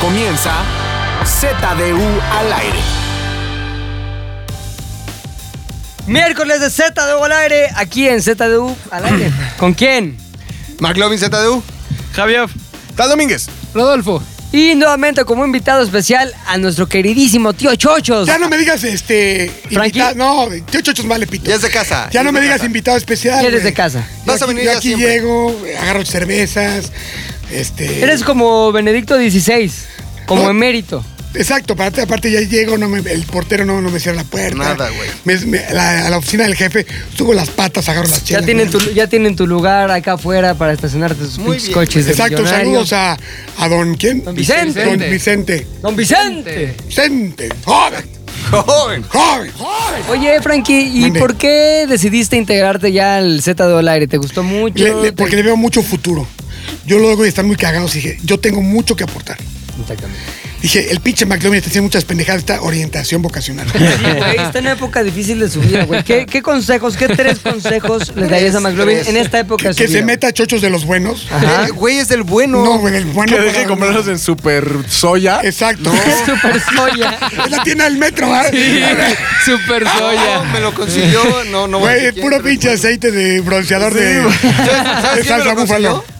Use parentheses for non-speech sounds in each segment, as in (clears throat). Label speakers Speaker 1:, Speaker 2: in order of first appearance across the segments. Speaker 1: comienza ZDU al aire.
Speaker 2: Miércoles de ZDU al aire, aquí en ZDU al
Speaker 3: (clears throat)
Speaker 2: aire. ¿Con quién?
Speaker 1: McLovin ZDU,
Speaker 4: Javier,
Speaker 1: Tal Domínguez.
Speaker 3: Rodolfo.
Speaker 2: Y nuevamente como invitado especial a nuestro queridísimo tío Chochos.
Speaker 3: Ya no me digas este.
Speaker 2: Frankie.
Speaker 3: invita- No, tío Chochos vale pito.
Speaker 1: Ya es de casa.
Speaker 3: Ya no
Speaker 1: es
Speaker 3: me
Speaker 1: de
Speaker 3: digas
Speaker 1: casa.
Speaker 3: invitado especial.
Speaker 2: Ya eres de
Speaker 3: güey.
Speaker 2: casa.
Speaker 3: Yo
Speaker 1: Vas a
Speaker 3: aquí,
Speaker 1: venir
Speaker 3: yo
Speaker 1: ya
Speaker 3: aquí
Speaker 1: siempre.
Speaker 3: llego, agarro cervezas. Este.
Speaker 2: Eres como Benedicto XVI,
Speaker 3: ¿Oh?
Speaker 2: como emérito.
Speaker 3: Exacto, aparte, aparte ya llego, no me- el portero no, no me cierra la puerta.
Speaker 1: Nada, güey.
Speaker 3: Me- me- la- a la oficina del jefe, subo las patas, agarro las chelas.
Speaker 2: Ya tienen, tu,
Speaker 3: güey.
Speaker 2: ya tienen tu lugar acá afuera para estacionarte tus
Speaker 1: Muy
Speaker 2: pinches
Speaker 1: bien.
Speaker 2: coches de
Speaker 3: Exacto,
Speaker 2: millonarios.
Speaker 3: saludos a, a don quién?
Speaker 2: Don Vicente.
Speaker 3: Don Vicente.
Speaker 2: ¡Don Vicente!
Speaker 3: Vicente. Joven,
Speaker 1: Joven.
Speaker 3: joven, joven.
Speaker 2: Oye, Frankie, ¿y
Speaker 3: Mande.
Speaker 2: por qué decidiste integrarte ya al ZDU al aire? ¿Te gustó mucho?
Speaker 3: Le- le-
Speaker 2: ¿Te-
Speaker 3: porque le veo mucho futuro. Yo luego de estar muy cagados dije, yo tengo mucho que aportar.
Speaker 2: Exactamente.
Speaker 3: Dije, el pinche McLovin está haciendo muchas pendejadas, esta orientación
Speaker 2: (laughs)
Speaker 3: vocacional.
Speaker 2: Sí, güey, está en una época difícil de su vida, güey. ¿Qué, qué consejos, qué tres consejos le darías a McLovin en esta época de
Speaker 3: que
Speaker 2: su vida?
Speaker 3: se meta chochos de los buenos.
Speaker 2: Ajá.
Speaker 1: El güey es del bueno.
Speaker 3: No, güey, el bueno.
Speaker 5: Que deje de
Speaker 3: para-
Speaker 5: comprarlos en super soya.
Speaker 3: Exacto.
Speaker 2: Super soya.
Speaker 3: es la tienda del metro, ¿verdad?
Speaker 5: Super
Speaker 1: Ah, No, me lo consiguió. No, no voy a
Speaker 3: Güey,
Speaker 1: decir
Speaker 3: es
Speaker 1: quién,
Speaker 3: puro
Speaker 1: pero-
Speaker 3: pinche aceite de bronceador de,
Speaker 1: ¿Sabes- sabes
Speaker 3: de
Speaker 1: quién me
Speaker 3: salsa
Speaker 1: lo
Speaker 3: búfalo.
Speaker 1: consiguió?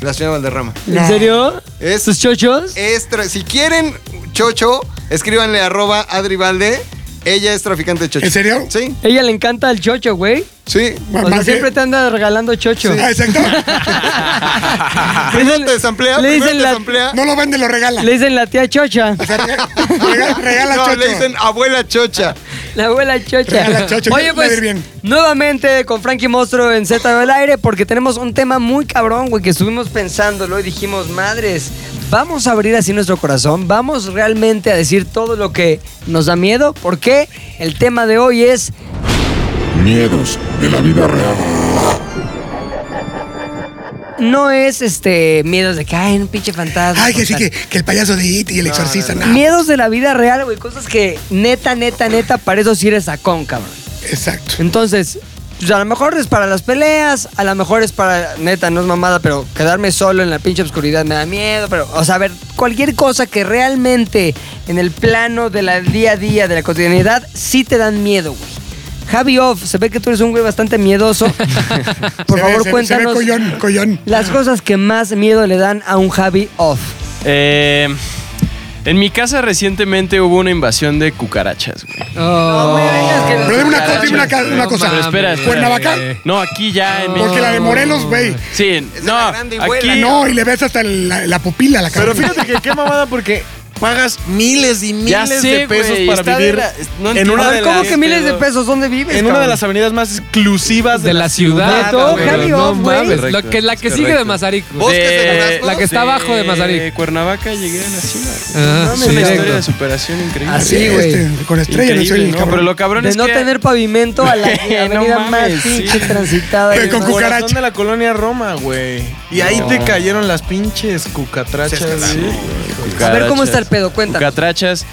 Speaker 1: La señora Valderrama.
Speaker 2: ¿En
Speaker 3: No.
Speaker 2: serio?
Speaker 1: Es- Eh.
Speaker 2: ¿Tus chochos?
Speaker 1: Es tra- si quieren chocho, escríbanle arroba adrivalde. Ella es traficante de chocho.
Speaker 3: ¿En serio?
Speaker 1: Sí,
Speaker 2: Ella le encanta el chocho, güey.
Speaker 1: sí.
Speaker 2: O sea,
Speaker 3: Más
Speaker 2: siempre
Speaker 3: que-
Speaker 2: te anda regalando chocho.
Speaker 3: Ah, exacto.
Speaker 2: Le (laughs) dicen-
Speaker 1: Primero te desamplea,
Speaker 2: Ah. le
Speaker 1: primero
Speaker 2: dicen
Speaker 1: te
Speaker 2: la-
Speaker 1: desamplea.
Speaker 3: No lo vende, lo regala.
Speaker 2: Le dicen la tía chocha.
Speaker 3: O sea, rega- regala, regala
Speaker 1: No,
Speaker 3: chocho.
Speaker 1: le dicen abuela chocha.
Speaker 2: La abuela chocha.
Speaker 3: Regala chocho,
Speaker 2: Oye,
Speaker 3: ya va a
Speaker 2: pues,
Speaker 3: ir bien.
Speaker 2: nuevamente con Frankie Mostro en Z del Aire, porque tenemos un tema muy cabrón, güey, que estuvimos pensándolo y dijimos, madres, vamos a abrir así nuestro corazón, vamos realmente a decir todo lo que nos da miedo, porque el tema de hoy es
Speaker 6: Miedos de la vida real.
Speaker 2: no es este miedos de que ay un pinche fantasma.
Speaker 3: Ay, que sí,
Speaker 2: fantasma".
Speaker 3: que, que el payaso de It y el exorcista. no.
Speaker 2: Miedos de la vida real, güey, cosas que neta, neta, neta, para eso sí eres sacón, cabrón.
Speaker 3: Exacto.
Speaker 2: Entonces, pues, a lo mejor es para las peleas, a lo mejor es para, neta, no es mamada, pero quedarme solo en la pinche oscuridad me da miedo, pero, o sea, a ver, cualquier cosa que realmente en el plano de la día a día, de la cotidianidad, sí te dan miedo, güey. Javi Off, se ve que tú eres un güey bastante
Speaker 3: (laughs)
Speaker 2: miedoso. Por
Speaker 3: Se ve-
Speaker 2: favor,
Speaker 3: se ve-
Speaker 2: cuéntanos
Speaker 3: Se ve collón, collón.
Speaker 2: las cosas que más miedo le dan a un Javi Off.
Speaker 4: Eh, en mi casa recientemente hubo una invasión de cucarachas, güey.
Speaker 3: Pero dime una cosa, dime una, ca- una cosa.
Speaker 4: Pero espera, espera.
Speaker 3: Cuernavaca,
Speaker 4: No, aquí ya en mi...
Speaker 3: porque la de Morelos, güey.
Speaker 4: Sí, no,
Speaker 1: la grande y vuela.
Speaker 4: aquí...
Speaker 3: No, y le ves hasta la, la pupila a la cara.
Speaker 5: Pero fíjate que qué mamada porque pagas miles y
Speaker 4: Ya
Speaker 5: miles
Speaker 4: sé,
Speaker 5: de pesos
Speaker 4: güey, está
Speaker 5: para
Speaker 4: de
Speaker 5: vivir
Speaker 4: la- no
Speaker 5: en
Speaker 4: entiendo.
Speaker 5: una
Speaker 2: A
Speaker 5: de
Speaker 2: ver, ¿cómo
Speaker 5: las
Speaker 2: que miles de pesos? ¿Dónde vives?
Speaker 5: en una de
Speaker 2: cabrón?
Speaker 5: las avenidas más exclusivas de,
Speaker 7: de la ciudad.
Speaker 2: Neto,
Speaker 5: güey.
Speaker 2: Javi
Speaker 7: No
Speaker 2: Off, güey.
Speaker 7: mames,
Speaker 4: Correcto,
Speaker 7: lo que, la que
Speaker 4: es
Speaker 7: sigue
Speaker 4: correcto.
Speaker 7: de Mazarico.
Speaker 1: ¿Vos? ¿Bosques de duraznos?
Speaker 7: La que está abajo de
Speaker 4: De
Speaker 7: Mazarik.
Speaker 4: Cuernavaca llegué a la cima. güey.
Speaker 7: Ah,
Speaker 4: es
Speaker 2: sí,
Speaker 4: una historia
Speaker 2: correcto.
Speaker 4: de superación increíble.
Speaker 2: Así,
Speaker 3: Sí,
Speaker 2: güey.
Speaker 3: este, con estrella en el sueño,
Speaker 4: Increíble, ¿no?
Speaker 3: cabrón.
Speaker 4: Pero lo cabrón
Speaker 2: De
Speaker 4: es
Speaker 2: no
Speaker 4: que
Speaker 2: tener pavimento a
Speaker 4: (laughs)
Speaker 2: la
Speaker 4: Güey, no
Speaker 2: avenida más
Speaker 4: mames, sí.
Speaker 2: pinche transitada.
Speaker 3: Pero
Speaker 2: del
Speaker 3: con
Speaker 2: mundo.
Speaker 3: cucaracha.
Speaker 5: Corazón de la colonia Roma, güey. Y ahí te cayeron las pinches cucatrachas.
Speaker 2: A ver cómo
Speaker 4: Cucarachas.
Speaker 2: está el pedo, cuéntanos.
Speaker 4: Cucatrachas.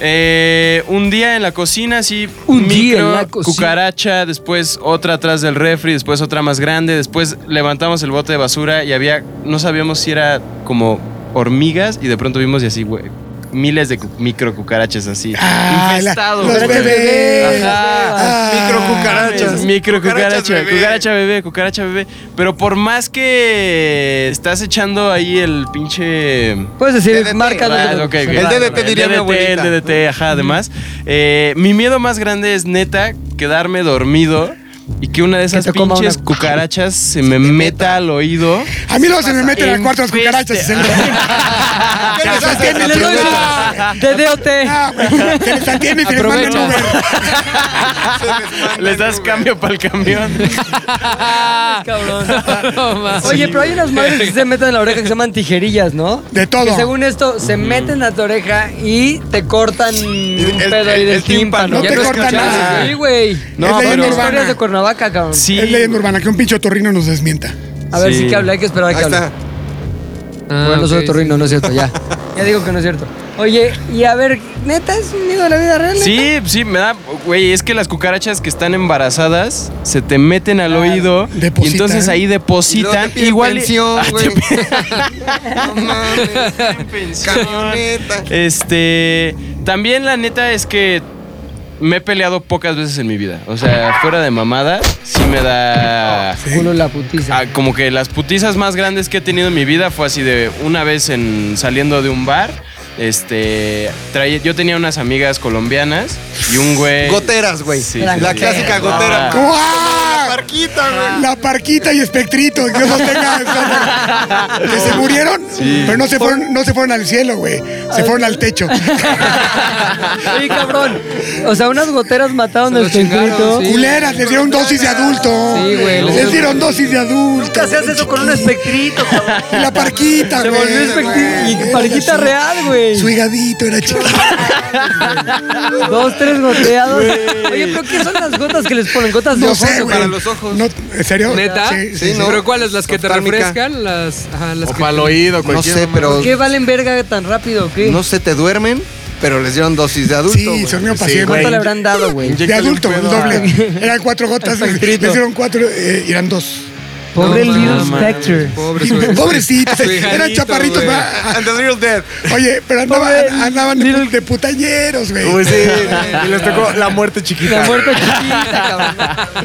Speaker 4: Eh, un día en la cocina, sí.
Speaker 2: Un
Speaker 4: micro,
Speaker 2: día en la cocina.
Speaker 4: Cucaracha, después otra atrás del refri, después otra más grande. Después levantamos el bote de basura y había. No sabíamos si era como hormigas y de pronto vimos y así, güey. Miles de cu- micro cucarachas así.
Speaker 3: Ah, la-
Speaker 4: infestados,
Speaker 3: los
Speaker 4: güey.
Speaker 3: bebés.
Speaker 4: Ajá.
Speaker 3: Ah,
Speaker 1: Microcucarachas.
Speaker 4: Ah, Micro
Speaker 1: Cucarachas
Speaker 4: cucaracha,
Speaker 1: bebé.
Speaker 4: cucaracha bebé, cucaracha bebé. Pero por más que estás echando ahí el pinche.
Speaker 2: Puedes decir,
Speaker 1: DDT,
Speaker 2: marca
Speaker 4: Ah,
Speaker 2: donde-
Speaker 4: ok, ok.
Speaker 1: El DDT diría
Speaker 4: El
Speaker 1: mi
Speaker 4: DDT,
Speaker 1: abuelita.
Speaker 4: El DDT, ajá, además. Eh, mi miedo más grande es neta quedarme dormido y que una de esas
Speaker 2: te coma
Speaker 4: pinches
Speaker 2: una-
Speaker 4: cucarachas se me meta al oído.
Speaker 2: (laughs)
Speaker 3: A mí luego se me meten al cuarto las
Speaker 4: Infeste-
Speaker 3: cucarachas. y se les-
Speaker 2: (laughs)
Speaker 3: Se les atiende,
Speaker 2: Le
Speaker 3: se
Speaker 2: doy (laughs)
Speaker 3: les
Speaker 2: una DDOT.
Speaker 3: (laughs) Ah, güey, Se les atiende y se les
Speaker 4: (laughs)
Speaker 3: manda un Uber.
Speaker 7: Aprovecha.
Speaker 4: Les das cambio para el camión.
Speaker 1: (laughs)
Speaker 2: Cabrón.
Speaker 7: No mames.
Speaker 2: Ah, Oye, pero hay unas madres que se meten en la oreja que se llaman tijerillas, ¿no?
Speaker 3: De todo.
Speaker 2: Que según esto, se meten a tu oreja y te cortan un
Speaker 1: el-
Speaker 2: pedo ahí
Speaker 1: el-
Speaker 2: del
Speaker 1: el tímpano.
Speaker 2: tímpano.
Speaker 3: No
Speaker 2: Ya
Speaker 3: te
Speaker 2: lo
Speaker 3: cortan
Speaker 2: escuchaste,
Speaker 3: nada.
Speaker 2: Sí, güey.
Speaker 4: No,
Speaker 2: No,
Speaker 3: Es leyenda
Speaker 2: pero...
Speaker 3: urbana.
Speaker 2: Historias de Cuernavaca, cabrón.
Speaker 4: Sí.
Speaker 3: Es leyenda urbana que un pinche torrino nos desmienta.
Speaker 2: A ver,
Speaker 4: Sí.
Speaker 2: sí que habla, hay que esperar a
Speaker 1: Ahí
Speaker 2: que hable.
Speaker 1: está.
Speaker 7: Ah,
Speaker 2: bueno, soy
Speaker 7: ok,
Speaker 2: otorrino, no es cierto, ya. (laughs) Ya digo que no es cierto. Oye, y a ver, ¿neta es un miedo de la vida real? neta?
Speaker 4: Sí, sí, me da. Güey, es que las cucarachas que están embarazadas se te meten al oído y
Speaker 3: Depositan.
Speaker 4: entonces ahí
Speaker 1: Ah, Y luego te
Speaker 4: depositan.
Speaker 1: piden
Speaker 4: igual. y-
Speaker 1: pensión,
Speaker 4: Ah,
Speaker 1: güey.
Speaker 4: te piden
Speaker 1: (laughs) no mames.
Speaker 4: (laughs) pensión.
Speaker 1: Camioneta.
Speaker 4: (laughs) Este. También la neta es que me he peleado pocas veces en mi vida. O sea, fuera de mamada, sí me
Speaker 1: Oh,
Speaker 4: da.
Speaker 2: Culo la putiza.
Speaker 4: Ah, como que las putizas más grandes que he tenido en mi vida fue así de una vez en saliendo de un bar. Este, traía- yo tenía unas amigas colombianas y un güey.
Speaker 1: Goteras, güey.
Speaker 4: Sí,
Speaker 2: Eran
Speaker 1: la
Speaker 2: sí.
Speaker 1: clásica gotera.
Speaker 4: Ah.
Speaker 1: La
Speaker 3: ¡Guau!
Speaker 1: parquita, güey.
Speaker 3: La parquita y espectrito, que Dios los tenga.
Speaker 2: (laughs)
Speaker 3: Que se murieron, pero no se fueron, no se fueron al cielo, güey. Se fueron al techo.
Speaker 2: (laughs) Oye, cabrón. O sea, unas goteras mataron
Speaker 7: Se
Speaker 2: al
Speaker 7: lo chingaron,
Speaker 2: espectrito.
Speaker 7: sí.
Speaker 3: Culeras, les dieron dosis de adulto.
Speaker 7: Sí, güey, les
Speaker 3: Les
Speaker 7: dieron-
Speaker 3: dieron dosis de adulto.
Speaker 2: Nunca se hace eso con un espectrito, cabrón.
Speaker 3: Y La parquita,
Speaker 2: Se
Speaker 3: güey.
Speaker 2: volvió espectrito y
Speaker 3: güey.
Speaker 2: parquita
Speaker 3: Su-
Speaker 2: real, güey.
Speaker 3: Su higadito era chiquito.
Speaker 2: Dos, tres goteados. Oye, pero ¿qué son las gotas que les ponen? ¿Gotas de
Speaker 3: No
Speaker 2: ojos
Speaker 3: sé,
Speaker 2: o
Speaker 3: güey.
Speaker 2: para-
Speaker 1: los ojos.
Speaker 3: No, ¿En serio?
Speaker 7: ¿Neta?
Speaker 3: Sí, sí, sí.
Speaker 1: ¿no?
Speaker 7: ¿Pero cuáles? ¿Las que te
Speaker 1: Oftálmica.
Speaker 7: refrescan? Las, ajá, las
Speaker 5: O
Speaker 7: que
Speaker 5: para el oído,
Speaker 1: No
Speaker 5: cualquier
Speaker 1: sé, pero
Speaker 2: ¿Qué valen verga tan rápido o qué?
Speaker 1: no se te duermen, pero les dieron dosis de adulto.
Speaker 3: Sí,
Speaker 1: güey.
Speaker 3: son míos para
Speaker 5: Sí,
Speaker 3: siempre.
Speaker 2: ¿Cuánto le habrán dado, güey?
Speaker 3: De adulto, el
Speaker 5: Inyéctale un
Speaker 3: doble. Eran
Speaker 2: (laughs)
Speaker 3: cuatro gotas. Les
Speaker 2: Espectrito.
Speaker 3: dieron cuatro eh, y eran dos.
Speaker 2: Pobre
Speaker 7: No,
Speaker 2: Little
Speaker 7: no,
Speaker 2: Spectre.
Speaker 8: (laughs)
Speaker 7: Pobre su-
Speaker 3: Pobrecitos.
Speaker 7: su
Speaker 3: Eran
Speaker 7: hijadito,
Speaker 3: chaparritos.
Speaker 7: güey.
Speaker 3: va,
Speaker 1: And the real (laughs) dead.
Speaker 3: Oye, pero andaba-
Speaker 2: Pobre
Speaker 3: andaban de, pu- de putañeros, güey.
Speaker 5: Uy, sí. Y les tocó la muerte chiquita.
Speaker 2: La muerte chiquita, cabrón.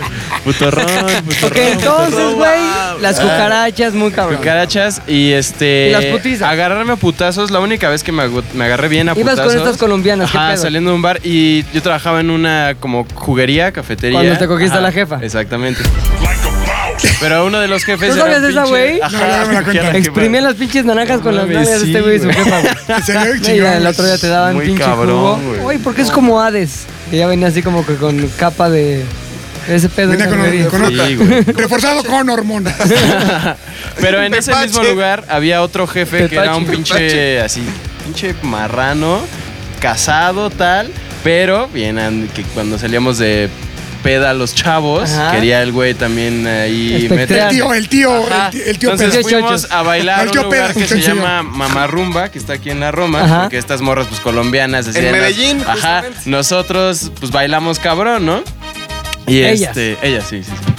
Speaker 4: (laughs) Putorrón,
Speaker 2: Ok,
Speaker 4: putorrón.
Speaker 2: entonces, güey, las cucarachas muy cabrón.
Speaker 4: Cucarachas y este.
Speaker 2: Y las putizas.
Speaker 4: Agarrarme a putazos. La única vez que me, agu- me agarré bien a
Speaker 2: Ibas
Speaker 4: putazos.
Speaker 2: con estas colombianas, ¿qué
Speaker 4: Ajá,
Speaker 2: pedo?
Speaker 4: saliendo de un bar y yo trabajaba en una como juguería, cafetería.
Speaker 2: Cuando te cogiste a la jefa.
Speaker 4: Exactamente. Pero uno de los jefes.
Speaker 2: ¿Tú
Speaker 4: era un
Speaker 2: sabías de esa,
Speaker 4: pinche-
Speaker 2: güey?
Speaker 4: Ajá,
Speaker 3: No, no, no me la
Speaker 4: que era
Speaker 3: cuento.
Speaker 4: jefa.
Speaker 2: Exprimían las pinches naranjas con las
Speaker 4: Mames,
Speaker 2: nalgas de este
Speaker 4: sí,
Speaker 2: güey y su
Speaker 4: güey.
Speaker 2: jefa,
Speaker 3: (laughs)
Speaker 2: güey.
Speaker 3: Se ve
Speaker 2: Y
Speaker 3: chingón.
Speaker 2: el otro día te daban
Speaker 4: Muy
Speaker 2: pinche
Speaker 4: cabrón,
Speaker 2: jugo.
Speaker 4: güey.
Speaker 2: Oye, ¿por qué es como Hades? Que ya venía así como que con capa de de ese pedo.
Speaker 3: Venía
Speaker 2: de
Speaker 3: con-
Speaker 2: sangrería.
Speaker 3: con-
Speaker 4: Sí, güey.
Speaker 3: Reforzado con hormonas.
Speaker 2: (laughs)
Speaker 4: Pero en ese
Speaker 1: Pepache.
Speaker 4: mismo lugar había otro jefe que era un
Speaker 2: Pepache.
Speaker 4: pinche
Speaker 1: Pepache.
Speaker 4: así, pinche marrano, casado, tal, pero bien and- que cuando salíamos de peda los chavos,
Speaker 2: Ajá.
Speaker 4: quería el güey también ahí
Speaker 2: Espectrear.
Speaker 3: El tío, el tío,
Speaker 2: Ah.
Speaker 4: Ajá.
Speaker 3: el tío, el tío
Speaker 4: Entonces
Speaker 3: Pedro.
Speaker 2: Pedro.
Speaker 4: fuimos a bailar a
Speaker 3: El
Speaker 4: un
Speaker 3: tío
Speaker 4: lugar
Speaker 3: Pedro,
Speaker 4: que se
Speaker 3: sí, sí.
Speaker 4: llama Mamarrumba, que está aquí en la Roma,
Speaker 2: Ajá.
Speaker 4: porque estas morras pues colombianas.
Speaker 1: En
Speaker 4: decían,
Speaker 1: Medellín,
Speaker 4: Ajá,
Speaker 1: justamente.
Speaker 4: nosotros pues bailamos cabrón, ¿no? Y
Speaker 2: Ellas.
Speaker 4: este, ellas, sí, sí. sí.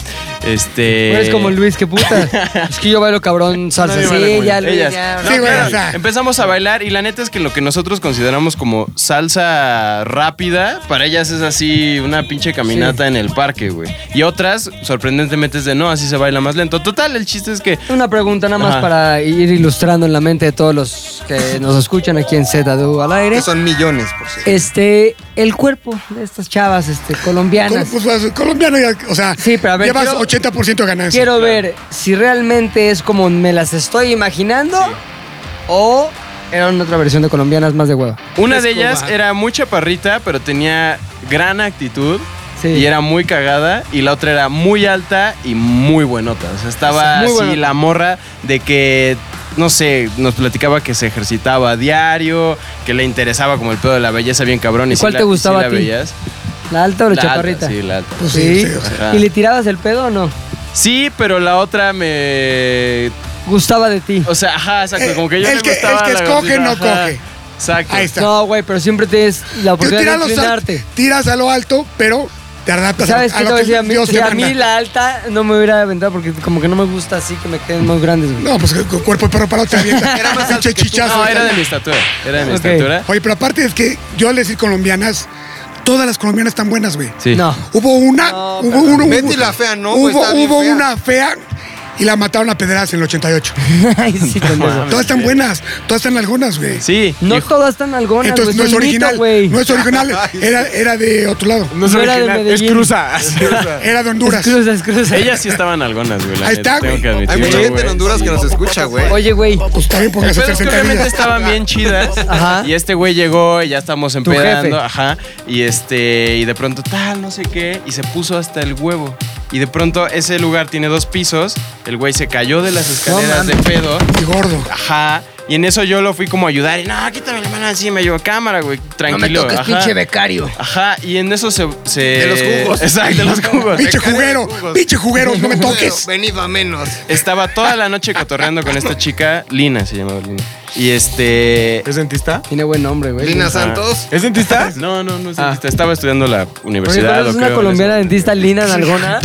Speaker 4: Este...
Speaker 2: No eres como Luis, qué
Speaker 4: (laughs)
Speaker 2: puta. es que yo bailo cabrón salsa.
Speaker 4: Nadie baila
Speaker 2: sí,
Speaker 4: como
Speaker 2: ya,
Speaker 4: yo.
Speaker 2: Luis,
Speaker 4: Ellas.
Speaker 2: ya.
Speaker 3: Sí, güey,
Speaker 4: Claro,
Speaker 3: o sea.
Speaker 4: Empezamos a bailar y la neta es que lo que nosotros consideramos como salsa rápida, para ellas es así una pinche caminata en el parque, güey. Y otras, sorprendentemente, es de no, así se baila más lento. Total, el chiste es que
Speaker 2: Una pregunta nada más
Speaker 4: Ajá.
Speaker 2: para ir ilustrando en la mente de todos los que nos escuchan aquí en ZDU al aire.
Speaker 1: Que son millones, por cierto.
Speaker 2: Este, el cuerpo de estas chavas este, colombianas.
Speaker 3: Col- pues, colombiano, ya, o sea,
Speaker 2: Sí, pero a ver,
Speaker 3: llevas
Speaker 2: quiero-
Speaker 3: 80% de ganancia.
Speaker 2: Quiero ver si realmente es como me las estoy imaginando o era una otra versión de colombianas más de hueva.
Speaker 4: Una
Speaker 7: Es
Speaker 4: de ellas
Speaker 7: cobarde.
Speaker 4: era muy chaparrita, pero tenía gran actitud.
Speaker 2: Sí.
Speaker 4: Y era muy cagada. Y la otra era muy alta y muy buenota. O sea, estaba
Speaker 2: Muy
Speaker 4: así
Speaker 2: buenota.
Speaker 4: la morra de que, no sé, nos platicaba que se ejercitaba a diario, que le interesaba como el pedo de la belleza bien cabrón.
Speaker 2: ¿Y
Speaker 4: ¿Y,
Speaker 2: cuál
Speaker 4: sí
Speaker 2: te
Speaker 4: la,
Speaker 2: gustaba
Speaker 4: sí
Speaker 2: a
Speaker 4: la
Speaker 2: ti?
Speaker 4: veías?
Speaker 2: ¿La alta o la,
Speaker 4: La alta,
Speaker 2: chaparrita?
Speaker 4: sí, la alta.
Speaker 3: Pues
Speaker 2: Sí.
Speaker 3: sí, sí, o sea.
Speaker 4: Ajá.
Speaker 2: ¿Y le tirabas el pedo o no?
Speaker 4: Sí, pero la otra me...
Speaker 2: Gustaba de ti.
Speaker 4: O sea, ajá, exacto.
Speaker 3: Eh,
Speaker 4: Como que yo
Speaker 3: el
Speaker 4: me
Speaker 3: que- el
Speaker 4: gustaba
Speaker 3: que
Speaker 4: la
Speaker 3: escoge,
Speaker 4: gordita,
Speaker 3: no
Speaker 4: ajá.
Speaker 3: coge.
Speaker 4: Exacto.
Speaker 3: Ahí está.
Speaker 2: No, güey, pero siempre tienes la
Speaker 3: Tú
Speaker 2: oportunidad
Speaker 3: tiras,
Speaker 2: de
Speaker 3: los al-
Speaker 2: inclinarte.
Speaker 3: tiras a lo alto, pero te adaptas a-
Speaker 2: ¿Sabes qué
Speaker 3: a,
Speaker 2: te
Speaker 3: lo
Speaker 2: voy a
Speaker 3: que
Speaker 2: decir? A mí,
Speaker 3: Dios te
Speaker 2: a
Speaker 3: manda.
Speaker 2: mí la alta no me hubiera aventado porque como que no me gusta así que me queden muy grandes,
Speaker 3: (laughs)
Speaker 2: güey.
Speaker 3: No, pues con cuerpo de perro parado te avienta.
Speaker 2: (laughs)
Speaker 1: Era más alto
Speaker 3: Pinche
Speaker 1: que tú.
Speaker 3: chichazo.
Speaker 4: No, era de mi estatura. Era de mi
Speaker 2: Ok.
Speaker 4: estatura.
Speaker 3: Oye, pero aparte es que yo al decir colombianas, todas las colombianas están buenas, güey.
Speaker 4: Sí.
Speaker 2: No.
Speaker 3: Hubo una,
Speaker 2: No,
Speaker 3: hubo una.
Speaker 1: Betty
Speaker 3: hubo-
Speaker 1: la fea, ¿no? Pues
Speaker 3: Hubo,
Speaker 1: está bien
Speaker 3: hubo
Speaker 1: fea.
Speaker 3: una fea y la mataron a pedradas en
Speaker 1: (laughs)
Speaker 3: el 88.
Speaker 2: Ay, sí, pendejo.
Speaker 3: Todas están buenas, todas están algunas, güey.
Speaker 4: Sí.
Speaker 2: No
Speaker 4: hijo.
Speaker 2: todas tan algonas, güey,
Speaker 3: Entonces no es
Speaker 2: un mito,
Speaker 3: original,
Speaker 2: güey.
Speaker 3: no es
Speaker 1: (laughs)
Speaker 3: original, era, era de otro lado,
Speaker 5: No es
Speaker 2: No era de
Speaker 5: original, es
Speaker 2: Medellín.
Speaker 5: cruza.
Speaker 3: era de Honduras.
Speaker 2: Es cruza, es cruza.
Speaker 4: (laughs) Ellas sí estaban algunas, güey. la
Speaker 3: Ahí
Speaker 4: neta,
Speaker 3: está,
Speaker 4: tengo
Speaker 3: güey.
Speaker 4: que
Speaker 1: Hay
Speaker 4: admitirlo,
Speaker 1: mucha gente en
Speaker 4: güey.
Speaker 1: Honduras
Speaker 4: Sí.
Speaker 1: que nos escucha, güey.
Speaker 2: Oye, güey,
Speaker 3: Pues también porque
Speaker 4: El
Speaker 3: se
Speaker 4: pedo es que
Speaker 3: sesenta
Speaker 4: obviamente
Speaker 3: vidas.
Speaker 4: estaban bien chidas.
Speaker 2: Ajá.
Speaker 4: Y este güey llegó y ya estamos
Speaker 2: Tu jefe.
Speaker 4: empedando. Ajá. Y este. Y de pronto, tal, no sé qué. Y se puso hasta el huevo. Y de pronto, ese lugar tiene dos pisos. El güey se cayó de las escaleras de
Speaker 2: mames.
Speaker 4: pedo.
Speaker 3: Y gordo.
Speaker 4: Ajá. Y en eso yo lo fui como a ayudar. Y no, quítame la mano de encima. Yo, cámara, güey. Tranquilo. ajá.
Speaker 2: becario.
Speaker 4: Ajá, y en eso se. se-
Speaker 1: De los jugos.
Speaker 4: Exacto,
Speaker 1: (laughs)
Speaker 4: de los jugos.
Speaker 3: Pinche
Speaker 4: Becario Pues de
Speaker 3: juguero,
Speaker 4: jugos.
Speaker 3: pinche juguero,
Speaker 4: (laughs)
Speaker 3: no me toques.
Speaker 1: Venido a menos.
Speaker 4: Estaba toda la noche cotorreando con esta chica, Lina se llamaba Lina. Y este.
Speaker 5: ¿Es dentista?
Speaker 2: Tiene buen nombre, güey.
Speaker 1: Lina
Speaker 2: Pero
Speaker 1: Santos.
Speaker 3: (laughs)
Speaker 5: ¿Es dentista?
Speaker 4: No, no, no es dentista. Ah, Estaba estudiando en la
Speaker 2: ¿conoces
Speaker 4: universidad. o
Speaker 2: una
Speaker 4: creo,
Speaker 2: colombiana dentista Lina Nalgona?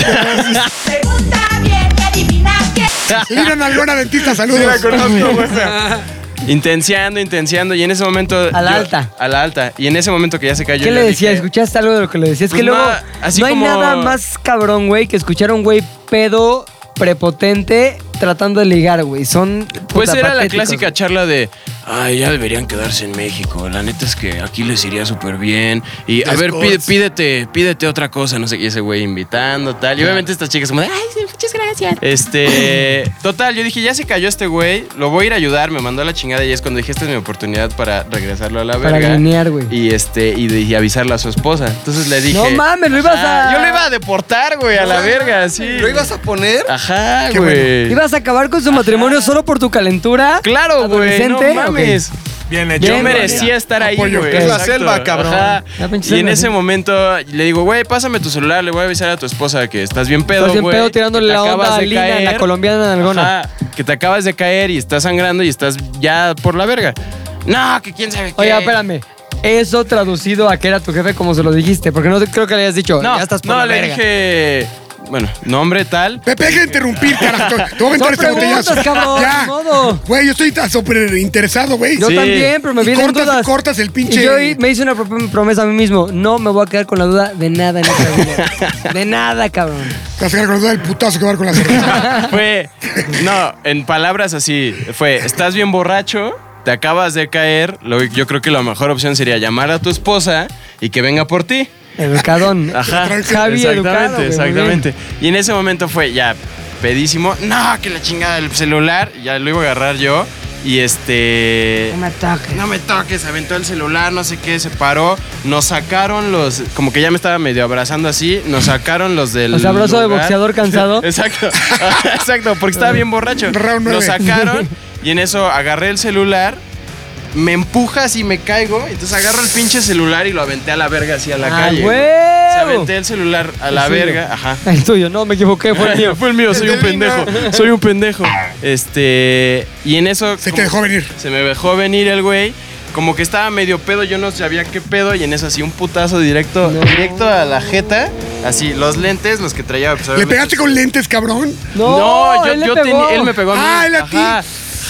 Speaker 8: Pregunta bien y adivina quién.
Speaker 3: Miren alguna dentista,
Speaker 5: Sí, la
Speaker 3: saludos.
Speaker 5: conozco, güey. o sea,
Speaker 4: Intenciando, intenciando. Y en ese momento.
Speaker 2: A la
Speaker 4: yo-
Speaker 2: alta.
Speaker 4: A la alta. Y en ese momento que ya se cayó.
Speaker 2: ¿Qué
Speaker 4: (laughs) yo
Speaker 2: le decía?
Speaker 4: dije,
Speaker 2: ¿Escuchaste algo de lo que le decía? Es
Speaker 4: Pues
Speaker 2: que luego
Speaker 4: nada, así
Speaker 2: no hay
Speaker 4: como-
Speaker 2: nada más cabrón, güey, que escuchar a un güey pedo prepotente tratando de ligar, güey. Son
Speaker 4: Pues
Speaker 2: puta
Speaker 4: era la
Speaker 2: patéticos,
Speaker 4: clásica charla de. Ay, ya deberían quedarse en México. La neta es que aquí les iría súper bien. Y a ver, pide- pídete, pídete otra cosa. No sé qué, ese güey invitando, tal. Y obviamente estas chicas como de. Ay, sí, muchas gracias. Este. Total, yo dije, ya se cayó este güey. Lo voy a ir a ayudar. Me mandó a la chingada. Y es cuando dije, esta es mi oportunidad para regresarlo a la
Speaker 2: Para
Speaker 4: verga.
Speaker 2: alinear, güey.
Speaker 4: Y este. Y, de- y avisarle a su esposa. Entonces le dije.
Speaker 2: No mames, lo ibas
Speaker 4: "Ah,
Speaker 2: a-
Speaker 4: Yo lo iba a deportar, güey, a la verga, sí. Ah.
Speaker 1: ¿Lo ibas a poner?
Speaker 4: Ajá,
Speaker 3: Qué
Speaker 4: güey.
Speaker 2: güey. ¿Ibas a acabar con su matrimonio solo por tu calentura?
Speaker 4: Claro, güey. No
Speaker 2: ¿Adolescente?
Speaker 4: mames.
Speaker 5: Bien hecho.
Speaker 4: Yo
Speaker 2: Bien,
Speaker 4: merecía estar ahí,
Speaker 5: Apoyo,
Speaker 4: güey.
Speaker 5: que es la
Speaker 4: Exacto.
Speaker 5: selva, cabrón.
Speaker 4: Ajá.
Speaker 2: La pinche
Speaker 4: Y en
Speaker 2: selva,
Speaker 4: ese
Speaker 2: sí.
Speaker 4: momento le digo, güey, pásame tu celular, le voy a avisar a tu esposa que estás bien pedo,
Speaker 2: Estás bien
Speaker 4: güey,
Speaker 2: pedo
Speaker 4: que te
Speaker 2: tirándole la
Speaker 4: acabas
Speaker 2: onda a
Speaker 4: de
Speaker 2: Lina,
Speaker 4: caer".
Speaker 2: la colombiana nalgona.
Speaker 4: Ajá, que te acabas de caer y estás sangrando y estás ya por la verga. No, que quién sabe qué.
Speaker 2: Oiga, espérame. Eso traducido a que era tu jefe como se lo dijiste, porque no te- creo que le hayas dicho.
Speaker 4: No,
Speaker 2: ya estás por
Speaker 4: no,
Speaker 2: la
Speaker 4: le
Speaker 2: verga.
Speaker 4: dije, bueno,
Speaker 2: (laughs)
Speaker 4: nombre tal.
Speaker 3: Pepe, hay que interrumpir, carajo. Te voy a aventar este
Speaker 2: Son preguntas,
Speaker 3: botellazo.
Speaker 2: cabrón, ni modo.
Speaker 3: Güey, yo estoy tan súper interesado, güey.
Speaker 2: Yo
Speaker 4: Sí.
Speaker 2: también, pero me
Speaker 3: Y
Speaker 2: vienen
Speaker 3: cortas-
Speaker 2: dudas.
Speaker 3: cortas el pinche-
Speaker 2: Y yo ahí me hice una pro- promesa a mí mismo. No me voy a quedar con la duda de nada en esta
Speaker 4: (laughs)
Speaker 2: vida. De nada, cabrón.
Speaker 3: Te vas a quedar con la duda del putazo que va a dar con la
Speaker 4: (laughs)
Speaker 3: cerveza.
Speaker 4: Fue, no, en palabras así, fue, estás bien borracho, te acabas de caer, lo- yo creo que la mejor opción sería llamar a tu esposa y que venga por ti.
Speaker 2: Educadón.
Speaker 4: Ajá,
Speaker 2: Javi
Speaker 4: exactamente,
Speaker 2: educado, güey, muy
Speaker 4: exactamente. Y en ese momento fue ya pedísimo, no, que la chingada del celular, ya lo iba a agarrar yo y este
Speaker 2: No me ataques.
Speaker 4: no me toques, aventó el celular, no sé qué, se paró, nos sacaron los, como que ya me estaba medio abrazando así, nos sacaron los del
Speaker 2: O sea, abrazo de
Speaker 4: lugar. (laughs)
Speaker 2: boxeador cansado.
Speaker 4: Exacto. Exacto, porque estaba bien
Speaker 2: (laughs)
Speaker 4: borracho.
Speaker 3: Round nueve.
Speaker 4: Lo sacaron y en eso agarré el celular. Me empujas y me caigo, entonces agarro el pinche celular y lo aventé a la verga así a la
Speaker 2: ¡Ah,
Speaker 4: calle.
Speaker 2: huevo!
Speaker 4: Se aventé el celular a la
Speaker 2: suyo.
Speaker 4: verga, ajá.
Speaker 2: El tuyo, no, me equivoqué, (laughs) fue el mío.
Speaker 4: Fue el mío, soy un pendejo. Soy un pendejo. Este, y en eso
Speaker 3: Se te
Speaker 4: como-
Speaker 3: dejó venir.
Speaker 4: se me dejó venir el güey. Como que estaba medio pedo, yo no sabía qué pedo. Y en eso así un putazo directo, directo a la jeta. Así, los lentes, los que traía. pues,
Speaker 3: ¿Le
Speaker 4: obviamente-
Speaker 3: pegaste con lentes, cabrón?
Speaker 2: No,
Speaker 4: yo,
Speaker 2: él le
Speaker 4: yo
Speaker 2: pegó.
Speaker 4: tenía- él me pegó a mí.
Speaker 3: Ah, él a
Speaker 4: Ajá,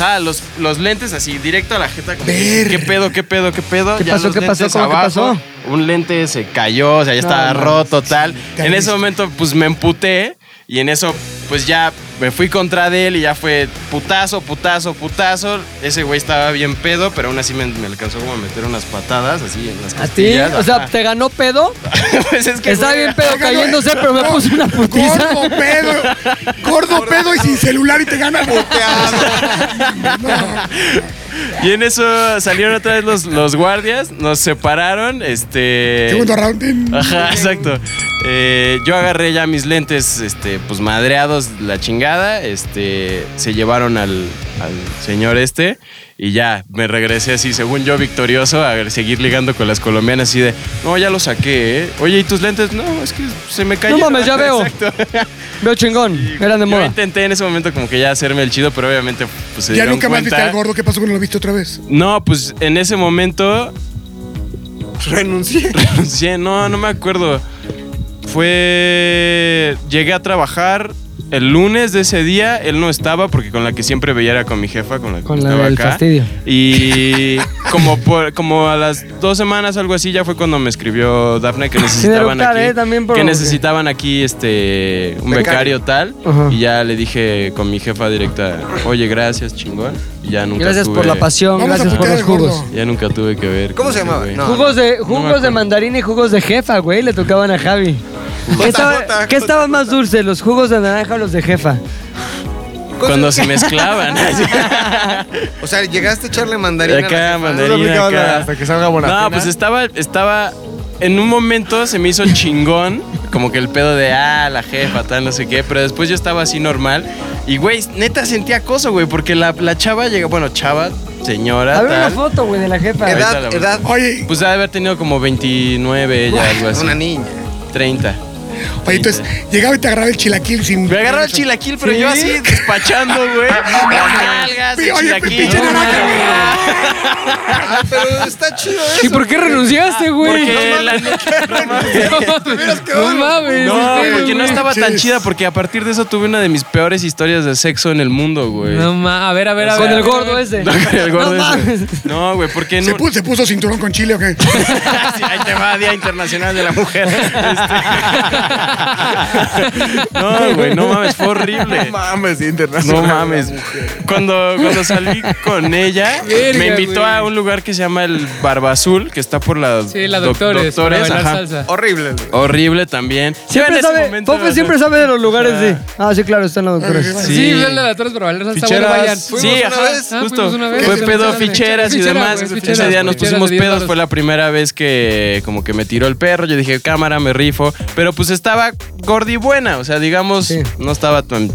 Speaker 4: ajá, los, los lentes así, directo a la jeta. como,
Speaker 3: Ver.
Speaker 4: ¿Qué pedo, qué pedo, qué pedo?
Speaker 2: ¿Qué pasó,
Speaker 4: los
Speaker 2: qué pasó,
Speaker 4: lentes
Speaker 2: cómo, qué pasó?
Speaker 4: Un lente se cayó, o sea, ya estaba
Speaker 2: no.
Speaker 4: roto, tal.
Speaker 3: ya
Speaker 4: en
Speaker 3: viste.
Speaker 4: ese momento, pues me emputé. Y en eso, pues ya me fui contra de él y ya fue putazo, putazo, putazo. Ese güey estaba bien pedo, pero aún así me, me alcanzó como a meter unas patadas así en las
Speaker 2: ¿A ti?
Speaker 4: costillas.
Speaker 2: O sea,
Speaker 4: ajá.
Speaker 2: ¿te ganó pedo?
Speaker 4: (laughs) pues es que.
Speaker 2: Estaba
Speaker 4: güey,
Speaker 2: bien pedo cayéndose, pero me puso una putiza.
Speaker 3: Gordo pedo. Gordo pedo y sin celular y te gana (laughs) boteado.
Speaker 4: Y en eso salieron otra vez los, los guardias, nos separaron, este...
Speaker 3: Segundo round.
Speaker 4: Ajá, exacto. Eh, yo agarré ya mis lentes, este, pues madreados, la chingada, este, se llevaron al, al señor este y ya me regresé así, según yo, victorioso, a seguir ligando con las colombianas así de, no, ya lo saqué, ¿eh? Oye, ¿y tus lentes? No, es que se me cayeron.
Speaker 2: mames, ya veo.
Speaker 4: (laughs) Exacto.
Speaker 2: Veo chingón, eran de
Speaker 4: Yo
Speaker 2: moda.
Speaker 4: intenté en ese momento como que ya hacerme el chido, pero obviamente pues, se
Speaker 3: Ya
Speaker 4: dieron
Speaker 3: nunca más viste
Speaker 4: cuenta.
Speaker 3: al gordo. ¿Qué pasó cuando lo viste otra vez?
Speaker 4: No, pues en ese momento
Speaker 1: Renuncié.
Speaker 4: (laughs) renuncié, no, no me acuerdo. Fue. Llegué a trabajar el lunes de ese día, él no estaba porque con la que siempre veía era con mi jefa, con la que
Speaker 2: Con la
Speaker 4: estaba
Speaker 2: del
Speaker 4: acá.
Speaker 2: fastidio.
Speaker 4: Y como, por- como a las dos semanas, algo así, ya fue cuando me escribió Dafne
Speaker 2: (laughs)
Speaker 4: que necesitaban
Speaker 2: eructar,
Speaker 4: aquí.
Speaker 2: ¿eh? También por-
Speaker 4: que necesitaban aquí este, un becario, tal.
Speaker 2: Ajá.
Speaker 4: Y ya le dije con mi jefa directa, oye, gracias, chingón. Y ya nunca
Speaker 2: Gracias por
Speaker 4: tuve-
Speaker 2: la pasión,
Speaker 3: Vamos a
Speaker 2: gracias por
Speaker 3: putear
Speaker 2: los
Speaker 3: al gordo.
Speaker 2: jugos.
Speaker 4: Ya nunca tuve que ver.
Speaker 1: ¿Cómo
Speaker 4: con
Speaker 1: se
Speaker 4: ese
Speaker 1: llamaba?
Speaker 4: güey.
Speaker 1: No.
Speaker 2: Jugos de,
Speaker 4: me
Speaker 2: jugos
Speaker 4: acuerdo.
Speaker 2: de mandarina y jugos de jefa, güey, le tocaban a Javi. ¿Qué estaba, qué estaba más dulce, los jugos de naranja o los de jefa?
Speaker 4: Cuando se mezclaban.
Speaker 1: (laughs)
Speaker 4: (laughs)
Speaker 1: O sea, llegaste a echarle mandarina. a la
Speaker 4: acá,
Speaker 1: jefa.
Speaker 4: mandarina, acá.
Speaker 5: Hasta que salga bonafina.
Speaker 4: No, pues estaba, estaba. En un momento se me hizo chingón, como que el pedo de, ah, la jefa, tal, no sé qué, pero después yo estaba así normal. Y, güey, neta sentía acoso, güey, porque la, la chava llega, bueno, chava, señora
Speaker 2: A ver una
Speaker 4: tal.
Speaker 2: foto, güey, de la jefa.
Speaker 4: Ahorita
Speaker 1: Edad,
Speaker 4: la-
Speaker 1: edad.
Speaker 3: Oye,
Speaker 4: Pues ha de haber tenido como 29 ella, algo así.
Speaker 1: Una niña.
Speaker 4: 30. Pues,
Speaker 3: oye, entonces llegaba y te agarraba el chilaquil sin.
Speaker 4: Me agarraba el chilaquil, pero yo así despachando, güey. Las nalgas, el
Speaker 3: Oye,
Speaker 4: chilaquil.
Speaker 3: pinche
Speaker 1: Ah, pero está chido eso.
Speaker 7: ¿Y por qué renunciaste, güey?
Speaker 4: Porque la
Speaker 7: (laughs) No mames. No mames. este,
Speaker 4: No,
Speaker 7: ustedes,
Speaker 4: porque no
Speaker 7: güey.
Speaker 4: estaba tan
Speaker 3: Manches.
Speaker 4: chida, porque a partir de eso tuve una de mis peores historias de sexo en el mundo, güey.
Speaker 7: No ma, a ver, a ver, a
Speaker 4: Con
Speaker 7: ver.
Speaker 4: el
Speaker 2: gordo
Speaker 4: (laughs)
Speaker 2: ese.
Speaker 4: No, el gordo
Speaker 2: No
Speaker 4: ese.
Speaker 2: mames.
Speaker 4: No, güey, porque
Speaker 3: ¿Se
Speaker 4: no.
Speaker 3: puso, ¿Se puso cinturón con chile
Speaker 2: (laughs)
Speaker 3: o qué?
Speaker 4: Sí, ahí te va, Día Internacional de la Mujer. Este. (laughs) No, güey, no mames, fue horrible.
Speaker 5: mames, internet.
Speaker 4: No mames. Cuando, cuando salí con ella,
Speaker 7: Verga,
Speaker 4: me invitó
Speaker 7: güey.
Speaker 4: a un lugar que se llama el Barba Azul, que está por la,
Speaker 7: (laughs) Sí, la
Speaker 4: doc-
Speaker 7: doctores. para bailar
Speaker 4: ajá.
Speaker 7: salsa.
Speaker 1: Horrible. güey.
Speaker 4: Horrible también. Yo
Speaker 2: Siempre
Speaker 4: en ese
Speaker 2: sabe,
Speaker 4: momento
Speaker 2: Pope
Speaker 4: era-
Speaker 2: siempre sabe de los lugares, sí. Ah, sí, claro, está en la doctora.
Speaker 4: Sí.
Speaker 7: Sí, vean la de doctores para bailar salsa. Pues Bueno,
Speaker 5: Ficheras.
Speaker 7: vayan.
Speaker 1: Fuimos
Speaker 4: Sí,
Speaker 1: una
Speaker 4: ajá,
Speaker 1: vez.
Speaker 7: Ah,
Speaker 4: justo.
Speaker 7: fuimos una vez.
Speaker 4: Fue
Speaker 7: Sí,
Speaker 4: pedo
Speaker 7: sí, sí.
Speaker 4: ficheras y
Speaker 7: Fichera,
Speaker 4: demás.
Speaker 7: güey,
Speaker 4: Ese
Speaker 7: ficheras,
Speaker 4: día nos
Speaker 7: ficheras
Speaker 4: pusimos
Speaker 7: de diez
Speaker 4: pedos.
Speaker 7: varos.
Speaker 4: Fue la primera vez que como que me tiró el perro. Yo dije, cámara, me rifo. Pero pues estaba gordi buena. O sea, digamos,
Speaker 2: Sí.
Speaker 4: no estaba tan...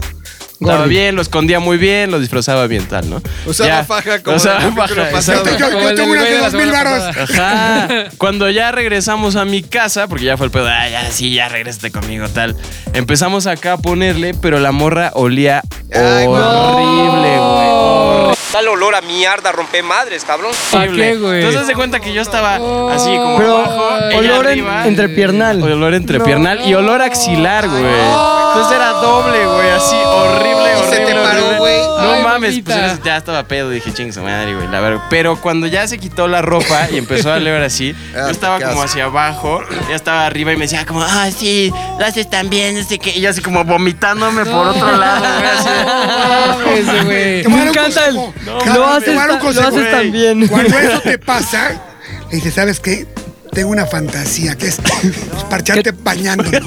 Speaker 4: Estaba
Speaker 2: Gordi.
Speaker 4: bien, lo escondía muy bien, lo disfrazaba bien tal, ¿no?
Speaker 1: Usaba
Speaker 4: Ya.
Speaker 1: faja como
Speaker 4: Usaba
Speaker 1: en el
Speaker 4: faja,
Speaker 1: capítulo pasado.
Speaker 4: exacto.
Speaker 3: Yo- yo
Speaker 7: Como el
Speaker 3: tengo
Speaker 7: del
Speaker 3: unas
Speaker 7: güey
Speaker 3: de
Speaker 7: la
Speaker 3: dos mil
Speaker 7: semana
Speaker 3: varos.
Speaker 7: pasada.
Speaker 4: Ajá. Cuando ya regresamos a mi casa, porque ya fue el pedo, ah, ya sí, ya regresaste conmigo, tal. Empezamos acá a ponerle, pero la morra olía
Speaker 1: Ay, no.
Speaker 4: horrible, güey.
Speaker 9: Tal olor a mierda, rompe madres, cabrón.
Speaker 7: ¿Para
Speaker 4: horrible.
Speaker 7: qué, güey?
Speaker 4: Entonces se cuenta que yo estaba así como
Speaker 2: Pero
Speaker 4: abajo, ella
Speaker 2: olor en-
Speaker 4: arriba.
Speaker 2: entrepiernal.
Speaker 4: Olor entrepiernal y olor axilar, güey. Entonces era doble, güey, así horrible,
Speaker 1: Y se
Speaker 4: horrible.
Speaker 1: te paró,
Speaker 4: horrible.
Speaker 1: güey.
Speaker 4: No
Speaker 7: Ay,
Speaker 4: mames,
Speaker 7: mamita.
Speaker 4: pues en ese- ya estaba pedo, dije, ching su madre, güey, la verga. Pero cuando ya se quitó la ropa y empezó a leer así, yo
Speaker 1: Ah,
Speaker 4: estaba
Speaker 1: qué
Speaker 4: como
Speaker 1: asco.
Speaker 4: hacia abajo, ella estaba arriba y me decía como, ah, sí, lo haces tan bien, no sé qué. Y yo así como vomitándome por otro lado, güey, así.
Speaker 7: Ese, güey.
Speaker 3: Te voy
Speaker 2: Me
Speaker 3: a dar un
Speaker 2: encanta el.
Speaker 3: consejo.
Speaker 2: lo
Speaker 3: Cabrón, te
Speaker 2: haces, tan-
Speaker 3: voy a dar un
Speaker 2: lo
Speaker 3: consejo.
Speaker 2: haces tan bien.
Speaker 3: Cuando
Speaker 2: (laughs)
Speaker 3: eso te pasa, le dices, ¿sabes qué? Tengo una fantasía que es pues, parcharte bañando.
Speaker 2: (laughs)
Speaker 3: Que te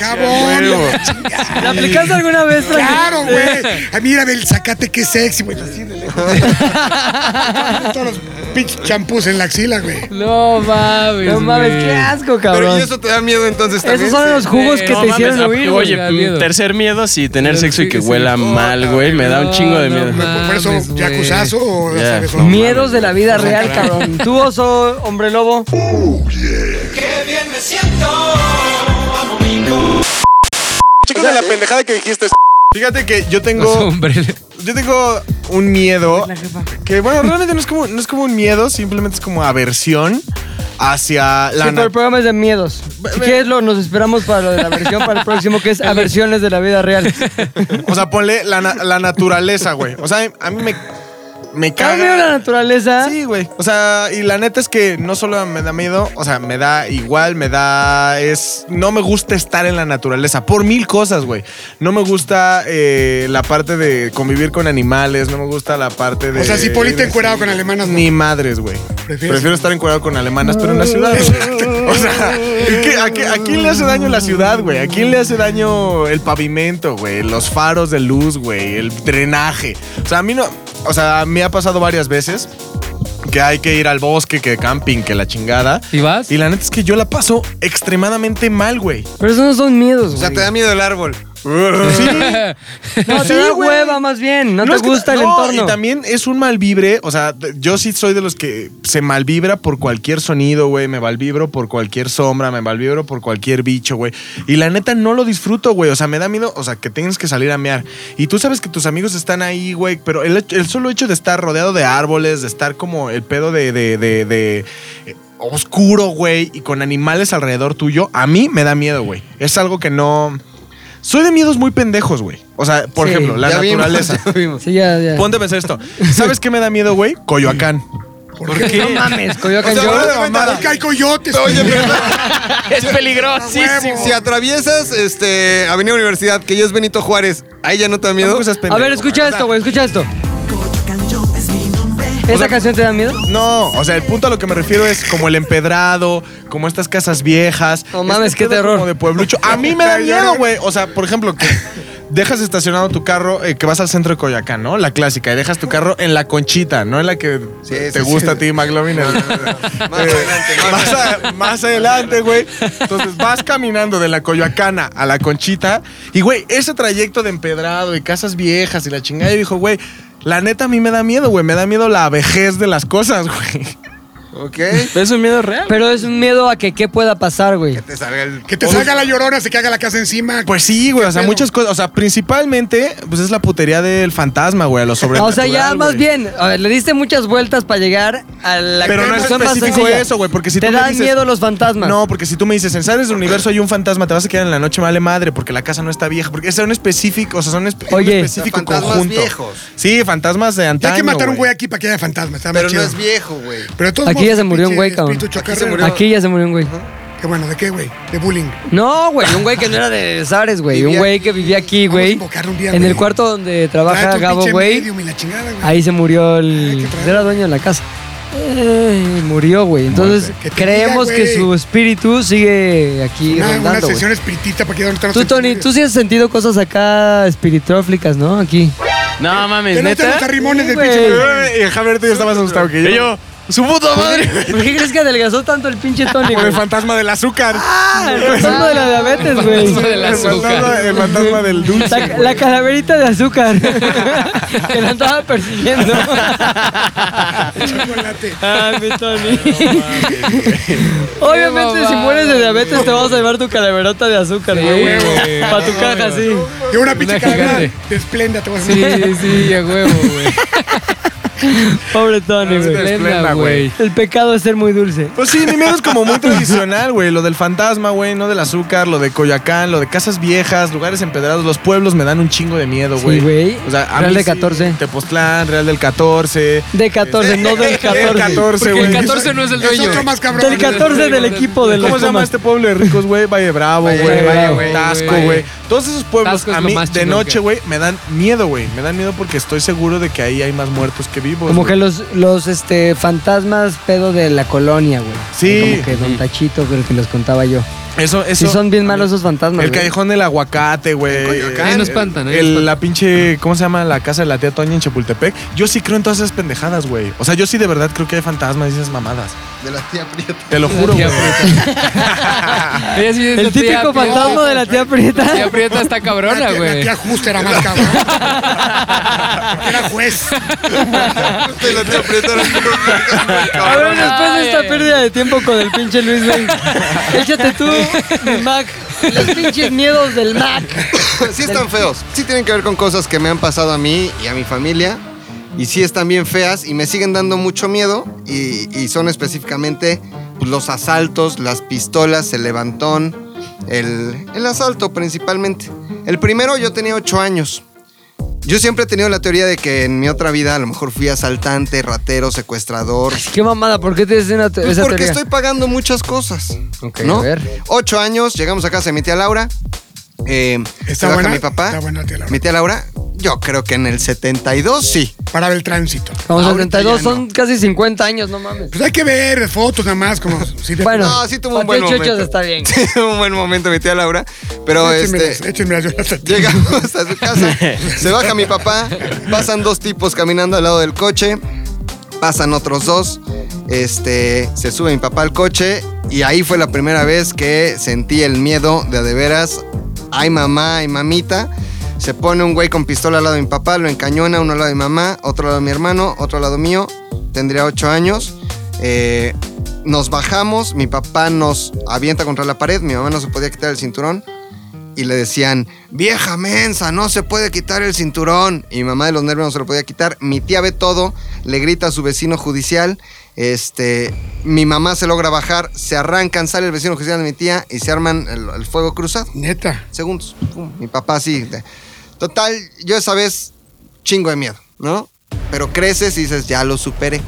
Speaker 3: jabón. la chingada.
Speaker 2: ¿La aplicaste alguna vez? Frank?
Speaker 3: Claro, güey. Ay, Mírame el zacate, qué sexy, güey. Así de
Speaker 2: (laughs)
Speaker 3: lejos. Todos los pinches champús en la axila, güey.
Speaker 7: No mames.
Speaker 2: No mames,
Speaker 7: güey.
Speaker 2: qué asco,
Speaker 1: Pero
Speaker 2: cabrón.
Speaker 1: ¿y eso te da miedo entonces también?
Speaker 2: Esos son los jugos que
Speaker 4: No
Speaker 2: te
Speaker 4: mames,
Speaker 2: hicieron
Speaker 4: ah,
Speaker 2: huir. güey.
Speaker 4: Oye,
Speaker 7: me da miedo.
Speaker 4: tercer miedo, sí, tener
Speaker 7: Pero
Speaker 4: sexo y
Speaker 7: sí,
Speaker 4: que
Speaker 7: sí.
Speaker 4: huela
Speaker 7: Oh,
Speaker 4: mal, güey, me da un
Speaker 7: no,
Speaker 4: chingo de
Speaker 7: no
Speaker 4: miedo.
Speaker 7: mames.
Speaker 3: Por eso,
Speaker 7: Mames, güey.
Speaker 3: yacuzazo o ya
Speaker 4: Ya,
Speaker 3: sabes.
Speaker 4: no.
Speaker 3: o-
Speaker 2: Miedos de la vida real, cabrón. ¿Tú, oso, hombre lobo?
Speaker 5: Chicos de la pendejada que dijiste. Fíjate que yo
Speaker 7: Los
Speaker 2: (laughs)
Speaker 5: tengo.
Speaker 7: hombres.
Speaker 5: Yo tengo un miedo. Que bueno, realmente no es como, no es como un miedo, simplemente es como aversión hacia
Speaker 2: Sí,
Speaker 5: la
Speaker 2: pero el programa es de miedos. Si quieres, lo, nos esperamos para lo de la versión para el próximo,
Speaker 5: (laughs)
Speaker 2: que es aversiones de la vida real.
Speaker 5: O sea, ponle la, na- la naturaleza, güey. O sea, a mí me, me
Speaker 2: Cambio la
Speaker 5: caga.
Speaker 2: naturaleza.
Speaker 5: Sí, güey. O sea, y la neta es que no solo me da miedo, o sea, me da igual, me da. Es. No me gusta estar en la naturaleza por mil cosas, güey. No me gusta eh, la parte de convivir con animales, no me gusta la parte de.
Speaker 3: O sea, si Polita
Speaker 5: ir
Speaker 3: encuerado
Speaker 5: así.
Speaker 3: con alemanas, no.
Speaker 5: Ni madres, güey.
Speaker 3: Prefieres-
Speaker 5: Prefiero estar encuadrado con alemanas, pero en la ciudad. güey.
Speaker 1: (laughs)
Speaker 5: o sea, ¿qué- a, qué- a quién le hace daño la ciudad, güey? ¿A quién le hace daño el pavimento, güey? Los faros de luz, güey. El drenaje. O sea, a mí no. O sea, me ha pasado varias veces que hay que ir al bosque, que camping, que la chingada.
Speaker 7: ¿Y vas?
Speaker 5: Y la neta es que yo la paso extremadamente mal, güey.
Speaker 2: Pero esos no son miedos,
Speaker 1: O sea,
Speaker 2: güey.
Speaker 1: te da miedo el árbol.
Speaker 5: Sí,
Speaker 2: No, te
Speaker 5: Sí,
Speaker 2: da
Speaker 5: güey.
Speaker 2: hueva más bien. No,
Speaker 5: es
Speaker 2: te
Speaker 5: que-
Speaker 2: gusta el
Speaker 5: no,
Speaker 2: entorno.
Speaker 5: Y también es un mal vibre. O sea, t- yo sí soy de los que se malvibra por cualquier sonido, güey. Me malvibro por cualquier sombra, me malvibro por cualquier bicho, güey. Y la neta no lo disfruto, güey. O sea, me da miedo, o sea, que tienes que salir a mear. Y tú sabes que tus amigos están ahí, güey. Pero el, hecho- el solo hecho de estar rodeado de árboles, de estar como el pedo de. de, de- de- eh, Oscuro, güey, y con animales alrededor tuyo, a mí me da miedo, güey. Es algo que no. Soy de miedos muy pendejos, güey. O sea, por
Speaker 2: Sí,
Speaker 5: ejemplo, la
Speaker 1: Ya vimos,
Speaker 5: naturaleza.
Speaker 1: ya vimos.
Speaker 2: Sí, ya, ya.
Speaker 5: Ponte a pensar esto. ¿Sabes qué me da miedo, güey? Coyoacán.
Speaker 3: ¿Por qué?
Speaker 2: No mames, Coyoacán.
Speaker 1: O sea,
Speaker 2: yo-
Speaker 1: ahora-
Speaker 3: Porque hay coyotes.
Speaker 1: Oye, pero
Speaker 4: Es peligrosísimo.
Speaker 1: si atraviesas este, Avenida Universidad, que ya es Benito Juárez, ¿ahí ya no te da miedo.
Speaker 5: Tampoco seas pendejo,
Speaker 2: A ver, escucha
Speaker 5: güey.
Speaker 2: esto, güey, escucha esto. ¿Esa canción te da miedo?
Speaker 5: No, o sea, el punto a lo que me refiero es como el empedrado, como estas casas viejas. Este
Speaker 2: No mames, qué
Speaker 5: pedo
Speaker 2: terror.
Speaker 5: Como de pueblucho. A mí me da miedo, güey. O sea, por ejemplo, que dejas estacionado tu carro, eh, que vas al centro de Coyoacán, ¿no? La clásica, y dejas tu carro en la conchita, no en la que
Speaker 1: Sí,
Speaker 5: te
Speaker 1: sí,
Speaker 5: gusta
Speaker 1: sí.
Speaker 5: a ti, McLovin. el- eh,
Speaker 1: Más adelante, más
Speaker 5: más,
Speaker 1: adelante.
Speaker 5: a- más adelante, güey. Entonces vas caminando de la Coyoacana a la Conchita. Y, güey, ese trayecto de empedrado y casas viejas y la chingada. Y dijo, güey, la neta a mí me da miedo, güey. Me da miedo la vejez de las cosas, (laughs) güey.
Speaker 1: Ok.
Speaker 4: Es un miedo real.
Speaker 2: Pero es un miedo a que qué pueda pasar, güey.
Speaker 1: Te salga el.
Speaker 3: Que te salga la llorona, se que haga la casa encima.
Speaker 5: Pues sí, güey. O sea,
Speaker 3: pedo?
Speaker 5: muchas cosas. O sea, principalmente, pues es la putería del fantasma, güey.
Speaker 2: Ah,
Speaker 5: Lo
Speaker 2: O
Speaker 5: sobrenatural.
Speaker 2: sea, ya más
Speaker 5: güey.
Speaker 2: bien, a ver, le diste muchas vueltas para llegar a la
Speaker 5: Pero no es
Speaker 2: conclusión más
Speaker 5: específico
Speaker 2: sencilla.
Speaker 5: eso, güey, porque si
Speaker 2: te
Speaker 5: tú me
Speaker 2: dan
Speaker 5: dices-
Speaker 2: miedo los fantasmas.
Speaker 5: No, porque si tú me dices, en Sales del Universo hay un fantasma, te vas a quedar en la noche, me vale madre, porque la casa no está vieja. Porque son específicos, o sea, son espe-
Speaker 2: Oye.
Speaker 5: un específico
Speaker 1: Fantasmas
Speaker 5: conjunto.
Speaker 1: viejos.
Speaker 5: Sí, fantasmas de
Speaker 3: Ya
Speaker 5: antaño.
Speaker 3: hay que matar un güey
Speaker 5: güey.
Speaker 3: aquí para que haya fantasma. Está más
Speaker 1: Pero no
Speaker 3: chido.
Speaker 1: es viejo, güey.
Speaker 3: Pero de todos
Speaker 2: Aquí
Speaker 3: modos,
Speaker 2: ya se murió un
Speaker 3: pinche
Speaker 2: güey, cabrón.
Speaker 3: espíritu
Speaker 1: Aquí se
Speaker 3: chocarrero.
Speaker 1: murió.
Speaker 2: Aquí ya se murió un güey.
Speaker 3: Qué bueno, ¿de qué, güey? De bullying.
Speaker 2: No, güey, un güey que no era de Zares, güey. Un
Speaker 1: Vivía-
Speaker 2: güey que vivía aquí,
Speaker 3: Vamos a
Speaker 2: güey.
Speaker 3: invocarlo un día,
Speaker 2: En el
Speaker 3: güey.
Speaker 2: cuarto donde
Speaker 3: Trae
Speaker 2: trabaja
Speaker 3: tu
Speaker 2: Gabo,
Speaker 3: pinche
Speaker 2: güey.
Speaker 3: medium y la chingada, güey.
Speaker 2: Ahí se murió
Speaker 3: Ay,
Speaker 2: el.
Speaker 3: qué trae.
Speaker 2: Era dueño de la casa. Ay, murió, güey. Entonces,
Speaker 3: Muerte. Que te
Speaker 2: creemos
Speaker 3: diga,
Speaker 2: que
Speaker 3: güey.
Speaker 2: su espíritu sigue aquí
Speaker 3: Una, una
Speaker 2: rondando, güey.
Speaker 3: sesión espiritista para que ya no estén
Speaker 2: Tú,
Speaker 3: los
Speaker 2: Tony, tú
Speaker 3: espíritus.
Speaker 2: sí has sentido cosas acá espiritróficas, ¿no? Aquí.
Speaker 4: (laughs) No mames,
Speaker 3: Que no estén los
Speaker 4: neta.
Speaker 3: arrimones del
Speaker 2: Sí,
Speaker 3: pinche.
Speaker 2: güey.
Speaker 5: Ay, Y eh, Javier, tú ya estabas asustado que
Speaker 4: Y
Speaker 5: yo.
Speaker 4: yo, su puta madre.
Speaker 2: (laughs) ¿Por qué crees que adelgazó tanto el pinche
Speaker 3: (laughs)
Speaker 2: Tony,
Speaker 5: Por
Speaker 2: güey?
Speaker 5: el fantasma del azúcar.
Speaker 2: Ah, el fantasma de la diabetes,
Speaker 7: Fantasma de
Speaker 2: güey.
Speaker 7: la-
Speaker 5: el, fantasma,
Speaker 7: azúcar.
Speaker 5: el fantasma del (laughs) dulce.
Speaker 2: La, la calaverita de azúcar que la andaba persiguiendo.
Speaker 3: Chocolate.
Speaker 2: Ay, (laughs) mi Tony. Obviamente, si mueres de diabetes, te vas a llevar tu calaverota de azúcar,
Speaker 7: Sí,
Speaker 2: güey.
Speaker 7: güey.
Speaker 2: Para tu caja, sí.
Speaker 3: Y una pinche
Speaker 7: Una
Speaker 3: cadena
Speaker 7: gigante.
Speaker 3: de esplenda te vas a (laughs)
Speaker 7: Sí, sí, a huevo, güey.
Speaker 2: Pobre Tony, güey.
Speaker 7: Esplenda,
Speaker 5: Esplenda,
Speaker 7: güey.
Speaker 5: güey.
Speaker 2: El pecado es ser muy dulce.
Speaker 5: Pues sí, mi miedo es como muy tradicional, güey. Lo del fantasma, güey, no del azúcar, lo de Coyoacán, lo de casas viejas, lugares empedrados, los pueblos me dan un chingo de miedo,
Speaker 2: Sí,
Speaker 5: güey.
Speaker 2: güey.
Speaker 5: O sea, a
Speaker 2: Real
Speaker 5: mí
Speaker 2: de
Speaker 5: sí,
Speaker 2: 14.
Speaker 5: Tepoztlán, Real del 14.
Speaker 2: De 14, no del 14.
Speaker 5: Del 14,
Speaker 7: Porque el
Speaker 5: güey.
Speaker 7: 14 no es el
Speaker 3: Es
Speaker 7: dueño.
Speaker 3: otro más cabrón.
Speaker 2: Del 14 del equipo del
Speaker 7: (laughs)
Speaker 5: ¿Cómo se llama este pueblo de ricos, güey? Valle Bravo,
Speaker 1: Valle
Speaker 5: güey.
Speaker 1: Bravo, güey.
Speaker 5: Tasco,
Speaker 7: Valle.
Speaker 5: güey. Todos esos pueblos
Speaker 7: Tasco es
Speaker 5: a
Speaker 7: lo
Speaker 5: mí
Speaker 7: más
Speaker 5: de
Speaker 7: chingón que
Speaker 5: noche,
Speaker 7: hay.
Speaker 5: güey, me dan miedo, güey. Me dan miedo porque estoy seguro de que ahí hay más muertos que vivos.
Speaker 2: Como
Speaker 5: güey.
Speaker 2: que los, los este, fantasmas pedo de la colonia, güey.
Speaker 5: Sí.
Speaker 2: Como que Don Tachito, el que les contaba yo.
Speaker 5: Eso, eso.
Speaker 2: Sí, son bien malos esos fantasmas.
Speaker 5: El
Speaker 2: güey.
Speaker 5: callejón del aguacate, güey.
Speaker 7: Ahí no espantan, ahí no
Speaker 5: El-
Speaker 7: espantan.
Speaker 5: la pinche, ¿cómo se llama? La casa de la tía Toña en Chapultepec. Yo sí creo en todas esas pendejadas, güey. O sea, yo sí de verdad creo que hay fantasmas y esas mamadas.
Speaker 1: De la tía Prieta.
Speaker 5: Te lo
Speaker 2: (laughs)
Speaker 5: juro, güey.
Speaker 7: Tía Prieta. Ella sí es
Speaker 2: El
Speaker 7: la tía
Speaker 2: típico
Speaker 7: Prieta.
Speaker 2: fantasma de la tía Prieta.
Speaker 7: La (laughs) Tía Prieta está cabrona,
Speaker 3: La
Speaker 7: güey.
Speaker 3: tía Justa era más cabrón.
Speaker 2: (laughs)
Speaker 3: Era juez.
Speaker 1: (laughs) De la tía Prieta era
Speaker 4: (laughs)
Speaker 1: un
Speaker 2: A ver, después de esta
Speaker 7: Ay.
Speaker 2: pérdida de tiempo con el pinche Luis, güey. Échate tú, mi Mac. Los pinches miedos del Mac.
Speaker 1: (laughs) sí están feos. Sí tienen que ver con cosas que me han pasado a mí y a mi familia. Y sí están bien feas y me siguen dando mucho miedo. Y, y son específicamente pues, los asaltos, las pistolas, el levantón, el, el asalto principalmente. El primero yo tenía ocho años. Yo siempre he tenido la teoría de que en mi otra vida a lo mejor fui asaltante, ratero, secuestrador.
Speaker 2: Qué mamada, ¿por qué tienes una te-
Speaker 1: Pues
Speaker 2: esa
Speaker 1: porque
Speaker 2: teoría?
Speaker 1: estoy pagando muchas cosas.
Speaker 2: Ok,
Speaker 1: ¿no?
Speaker 2: a ver.
Speaker 1: Ocho años, llegamos a casa de mi tía Laura. Eh, se
Speaker 3: ¿Está
Speaker 1: baja
Speaker 3: buena?
Speaker 1: mi papá.
Speaker 3: Está buena, tía Laura.
Speaker 1: Mi tía Laura, yo creo que en el 72 sí. (laughs)
Speaker 3: Paraba el tránsito.
Speaker 2: Vamos a
Speaker 1: ahorita
Speaker 2: 32,
Speaker 1: ya no.
Speaker 2: son casi 50 años, no mames.
Speaker 3: Pues hay que ver fotos nada
Speaker 2: (laughs)
Speaker 3: más. Como, si de-
Speaker 2: Bueno,
Speaker 1: No, sí tuvo un
Speaker 2: para
Speaker 1: buen
Speaker 2: ti, chuchos,
Speaker 1: momento.
Speaker 2: está bien.
Speaker 1: Sí, un buen momento mi tía Laura. Pero
Speaker 3: Échenmelas,
Speaker 1: este.
Speaker 3: échenmelas, yo las-
Speaker 1: Llegamos a su casa, se baja mi papá, pasan dos tipos caminando al lado del coche, pasan otros dos, este, se sube mi papá al coche y ahí fue la primera vez que sentí el miedo de a de veras, ay mamá, ay mamita. Se pone un güey con pistola al lado de mi papá, lo encañona, uno al lado de mi mamá, otro al lado de mi hermano, otro al lado mío, tendría ocho años. Eh, nos bajamos, mi papá nos avienta contra la pared, mi mamá no se podía quitar el cinturón y le decían, vieja mensa, no se puede quitar el cinturón. Y mi mamá de los nervios no se lo podía quitar. Mi tía ve todo, le grita a su vecino judicial. Este, mi mamá se logra bajar, se arrancan, sale el vecino judicial de mi tía y se arman el, el fuego cruzado.
Speaker 3: Neta.
Speaker 1: Segundos. Pum. Mi papá así. de- Total, yo esa vez chingo de miedo, ¿no? Pero creces y dices, ya lo superé.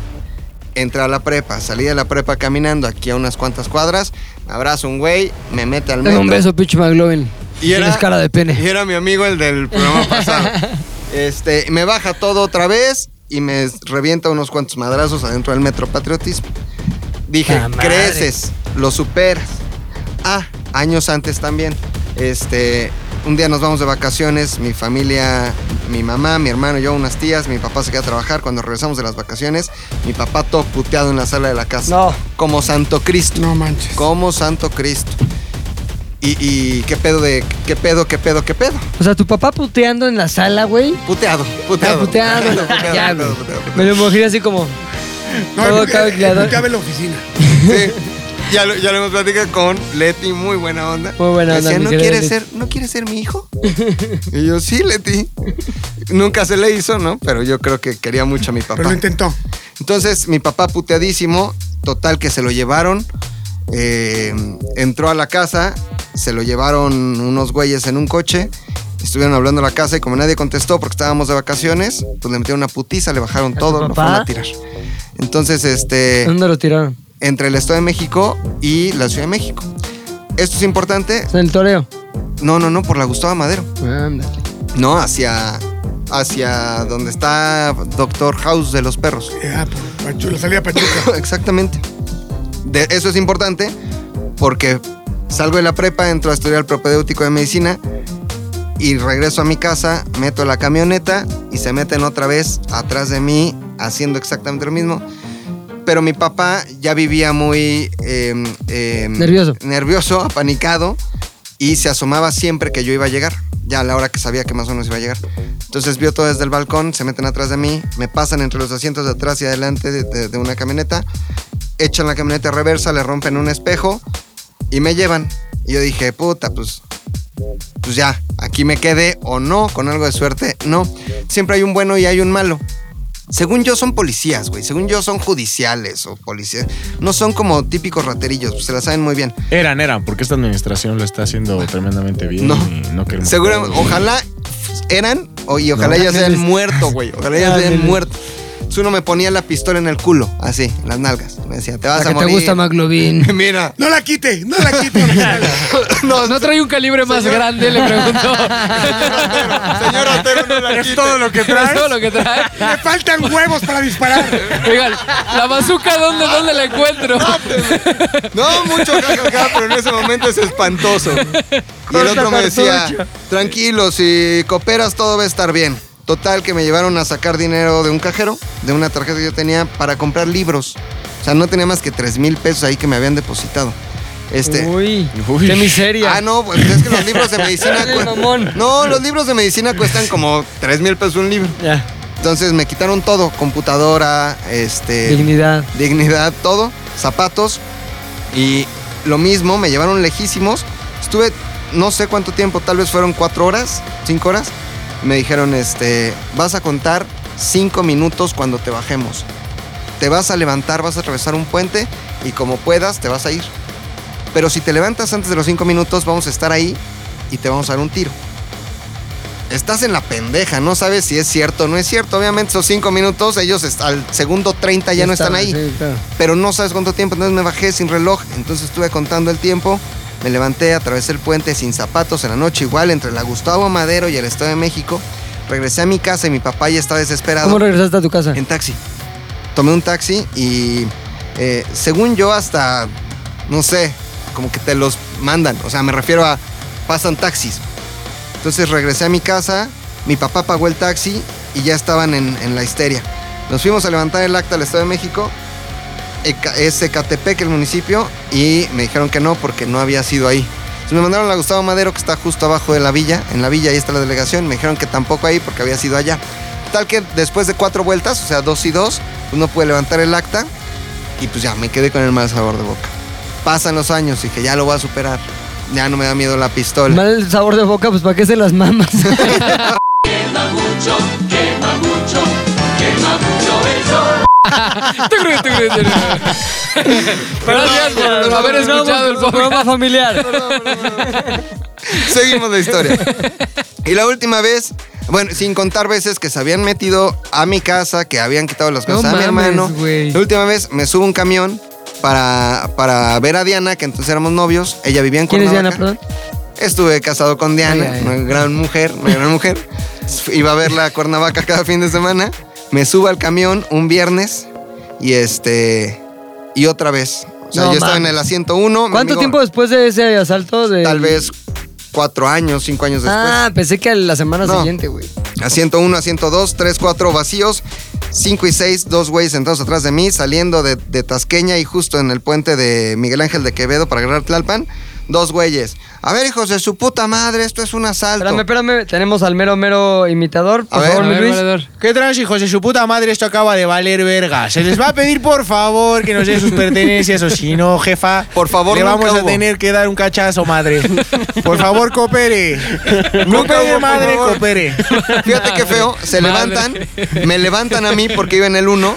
Speaker 1: Entré a la prepa, salí de la prepa caminando aquí a unas cuantas cuadras, me abraza un güey, me mete al
Speaker 2: Dame
Speaker 1: metro.
Speaker 2: un beso, pinche McLovin.
Speaker 1: Y era-
Speaker 2: Tienes cara de
Speaker 1: Y
Speaker 2: pene.
Speaker 1: era mi amigo el del
Speaker 2: (laughs)
Speaker 1: programa pasado. Este, me baja todo otra vez y me revienta unos cuantos madrazos adentro del Metro Patriotismo. Dije,
Speaker 2: ¡La madre!
Speaker 1: creces, lo superas. Ah, años antes también. Este, Un día nos vamos de vacaciones, mi familia, mi mamá, mi hermano, yo, unas tías, mi papá se queda a trabajar. Cuando regresamos de las vacaciones, mi papá todo puteado en la sala de la casa.
Speaker 2: No.
Speaker 1: Como Santo Cristo.
Speaker 3: No manches.
Speaker 1: Como Santo Cristo. Y, y qué pedo de. ¿Qué pedo, qué pedo, qué pedo?
Speaker 2: O sea, tu papá puteando en la sala, güey.
Speaker 1: Puteado,
Speaker 2: Ah, puteado.
Speaker 1: puteado. puteado,
Speaker 2: (laughs) Ya,
Speaker 1: puteado,
Speaker 2: güey.
Speaker 1: puteado, puteado.
Speaker 2: Me lo imagino así como.
Speaker 3: No,
Speaker 2: Todo
Speaker 3: el- el- el-
Speaker 2: calculador.
Speaker 3: el- el- en la oficina.
Speaker 1: Sí. Ya lo, ya lo hemos platicado con Leti, muy buena onda.
Speaker 2: Muy buena
Speaker 1: Me
Speaker 2: onda,
Speaker 1: Decía,
Speaker 2: mi
Speaker 1: ¿no
Speaker 2: querida
Speaker 1: quieres,
Speaker 2: Leti".
Speaker 1: ser, ¿no quieres ser mi hijo? Y yo, sí, Leti. Nunca se le hizo, ¿no? Pero yo creo que quería mucho a mi papá.
Speaker 3: Pero lo intentó.
Speaker 1: Entonces, mi papá puteadísimo, total que se lo llevaron. eh, entró a la casa, se lo llevaron unos güeyes en un coche. Estuvieron hablando a la casa y como nadie contestó porque estábamos de vacaciones, pues le metieron una putiza, le bajaron
Speaker 2: tu
Speaker 1: todo, lo
Speaker 2: papá?
Speaker 1: fueron a tirar. Entonces, este
Speaker 2: ¿Dónde lo tiraron?
Speaker 1: entre el Estado de México y la Ciudad de México. Esto es importante,
Speaker 2: En el toreo.
Speaker 1: no, no, no, por la Gustavo Madero,
Speaker 2: Ándale.
Speaker 1: no, hacia, hacia donde está Doctor House de los Perros.
Speaker 3: Ya, por Pachuca, la salida a Pachuca.
Speaker 1: Exactamente. De- eso es importante porque salgo de la prepa, entro a estudiar propedéutico de medicina y regreso a mi casa, meto la camioneta y se meten otra vez atrás de mí haciendo exactamente lo mismo. Pero mi papá ya vivía muy... eh, eh,
Speaker 2: Nervioso.
Speaker 1: Nervioso, apanicado y se asomaba siempre que yo iba a llegar, ya a la hora que sabía que más o menos iba a llegar. Entonces vio todo desde el balcón, se meten atrás de mí, me pasan entre los asientos de atrás y adelante de, de- de una camioneta, echan la camioneta a reversa, le rompen un espejo y me llevan. Y yo dije, puta, pues, pues ya, aquí me quedé o no, con algo de suerte, no. Siempre hay un bueno y hay un malo. Según yo son policías, güey. Según yo son judiciales o policías. No son como típicos raterillos, pues, se la saben muy bien.
Speaker 5: Eran, eran, porque esta administración lo está haciendo tremendamente bien.
Speaker 1: No.
Speaker 5: y no queremos-
Speaker 1: Seguramente, ojalá eran o- y ojalá
Speaker 2: (laughs)
Speaker 1: ya se hayan muerto, güey. Ojalá ya se hayan muerto. Entonces uno me ponía la pistola en el culo, así, en las nalgas. Me decía, te
Speaker 2: La
Speaker 1: vas a
Speaker 2: que
Speaker 1: morir.
Speaker 2: te gusta, McLovin.
Speaker 1: (laughs)
Speaker 2: (laughs)
Speaker 1: Mira.
Speaker 3: No la quite, no la quite. no la quite.
Speaker 1: No,
Speaker 7: (laughs) ¿No trae un calibre más
Speaker 1: Señor.
Speaker 7: grande? Le preguntó. (laughs)
Speaker 1: señor Otero, no la quite.
Speaker 5: todo lo que
Speaker 7: ¿Es
Speaker 5: traes.
Speaker 7: todo lo que trae?
Speaker 3: Le faltan huevos para disparar.
Speaker 7: Oigan, la bazooka, ¿dónde, dónde la encuentro?
Speaker 1: No, mucho jajaja, pero en ese momento es espantoso. Y el otro me decía, tranquilo, si cooperas todo va a estar bien. Total, que me llevaron a sacar dinero de un cajero, de una tarjeta que yo tenía para comprar libros. O sea, no tenía más que 3 mil pesos ahí que me habían depositado. Este,
Speaker 2: Uy,
Speaker 5: Uy.
Speaker 2: qué miseria.
Speaker 1: Ah,
Speaker 7: (laughs)
Speaker 1: no, pues es que los libros
Speaker 2: (laughs)
Speaker 1: de medicina
Speaker 2: Eres
Speaker 1: cuen-
Speaker 2: mamón.
Speaker 1: No, los libros de medicina cuestan como 3 mil pesos un libro.
Speaker 2: Ya.
Speaker 1: Entonces me quitaron todo, computadora, este,
Speaker 2: Dignidad.
Speaker 1: dignidad, todo, zapatos. Y lo mismo, me llevaron lejísimos. Estuve no sé cuánto tiempo, tal vez fueron cuatro horas, cinco horas. Me dijeron, este, vas a contar cinco minutos cuando te bajemos. Te vas a levantar, vas a atravesar un puente y como puedas te vas a ir. Pero si te levantas antes de los cinco minutos, vamos a estar ahí y te vamos a dar un tiro. Estás en la pendeja, no sabes si es cierto o no es cierto. Obviamente esos cinco minutos, ellos est- al segundo 30 ya, no están
Speaker 2: estaba,
Speaker 1: ahí
Speaker 2: sí, claro.
Speaker 1: pero no sabes cuánto tiempo. Entonces me bajé sin reloj, entonces estuve contando el tiempo. Me levanté, atravesé el puente sin zapatos en la noche, igual entre la Gustavo Madero y el Estado de México. Regresé a mi casa y mi papá ya estaba
Speaker 2: ¿Cómo
Speaker 1: desesperado.
Speaker 2: regresaste a tu casa?
Speaker 1: En taxi. Tomé un taxi y eh, según yo hasta, no sé, como que te los mandan. O sea, me refiero a, pasan taxis. Entonces regresé a mi casa, mi papá pagó el taxi y ya estaban en, en la histeria. Nos fuimos a levantar el acta al Estado de México, Eca- es Ecatepec el municipio, y me dijeron que no porque no había sido ahí. Entonces me mandaron a Gustavo Madero, que está justo abajo de la villa. En la villa ahí está la delegación. Me dijeron que tampoco ahí porque había sido allá. Tal que después de cuatro vueltas, o sea, dos y dos, pues no pude levantar el acta y pues ya me quedé con el mal sabor de boca. Pasan los años y que ya lo voy a superar. Ya no me da miedo la pistola.
Speaker 2: Mal el sabor de boca, pues ¿para qué se las mamas? (laughs)
Speaker 7: Gracias por haber escuchado el podcast.
Speaker 2: programa familiar.
Speaker 1: (laughs) Seguimos la historia. Y la última vez, bueno, sin contar veces que se habían metido a mi casa, que habían quitado las
Speaker 2: No
Speaker 1: cosas a mi
Speaker 2: mames,
Speaker 1: hermano.
Speaker 2: güey.
Speaker 1: La última vez me subo a un camión para, para ver a Diana, que entonces éramos novios. Ella vivía en
Speaker 2: ¿Quién es Diana,
Speaker 1: Cuernavaca.
Speaker 2: perdón?
Speaker 1: Estuve casado con Diana,
Speaker 2: Ay, ay, ay.
Speaker 1: una gran mujer, una gran mujer. Iba a verla a Cuernavaca cada fin de semana. Me subo al camión un viernes y este. Y otra vez. O sea,
Speaker 2: No
Speaker 1: yo estaba en
Speaker 2: mames.
Speaker 1: el asiento 1.
Speaker 2: ¿Cuánto tiempo después de ese asalto? De...
Speaker 1: Tal vez cuatro años, cinco años después.
Speaker 2: Ah, pensé que a la semana
Speaker 1: No.
Speaker 2: siguiente, güey.
Speaker 1: A 101, a 102, 3, 4 vacíos. 5 y 6, dos güeyes sentados atrás de mí, saliendo de, de Tasqueña y justo en el puente de Miguel Ángel de Quevedo para agarrar Tlalpan. Dos güeyes. A ver, hijos de su puta madre, esto es un asalto.
Speaker 2: Espérame, espérame. Tenemos al mero, mero imitador. Por
Speaker 1: A ver.
Speaker 2: favor,
Speaker 7: A
Speaker 2: mi
Speaker 7: ver,
Speaker 2: Luis.
Speaker 7: valedor.
Speaker 5: ¿Qué trans, hijos de su puta madre? Esto acaba de valer verga. Se les va a pedir, por favor, que nos den sus pertenencias o si no, jefa.
Speaker 1: Por favor,
Speaker 5: le
Speaker 1: nunca
Speaker 5: vamos a
Speaker 1: hubo.
Speaker 5: tener que dar un cachazo, madre.
Speaker 1: (laughs)
Speaker 5: Por favor, coopere. Coopere,
Speaker 1: hubo, por
Speaker 5: madre,
Speaker 1: favor.
Speaker 5: coopere.
Speaker 1: (laughs) Fíjate qué feo. Se
Speaker 7: Madre.
Speaker 1: levantan, me levantan a mí porque iba en el 1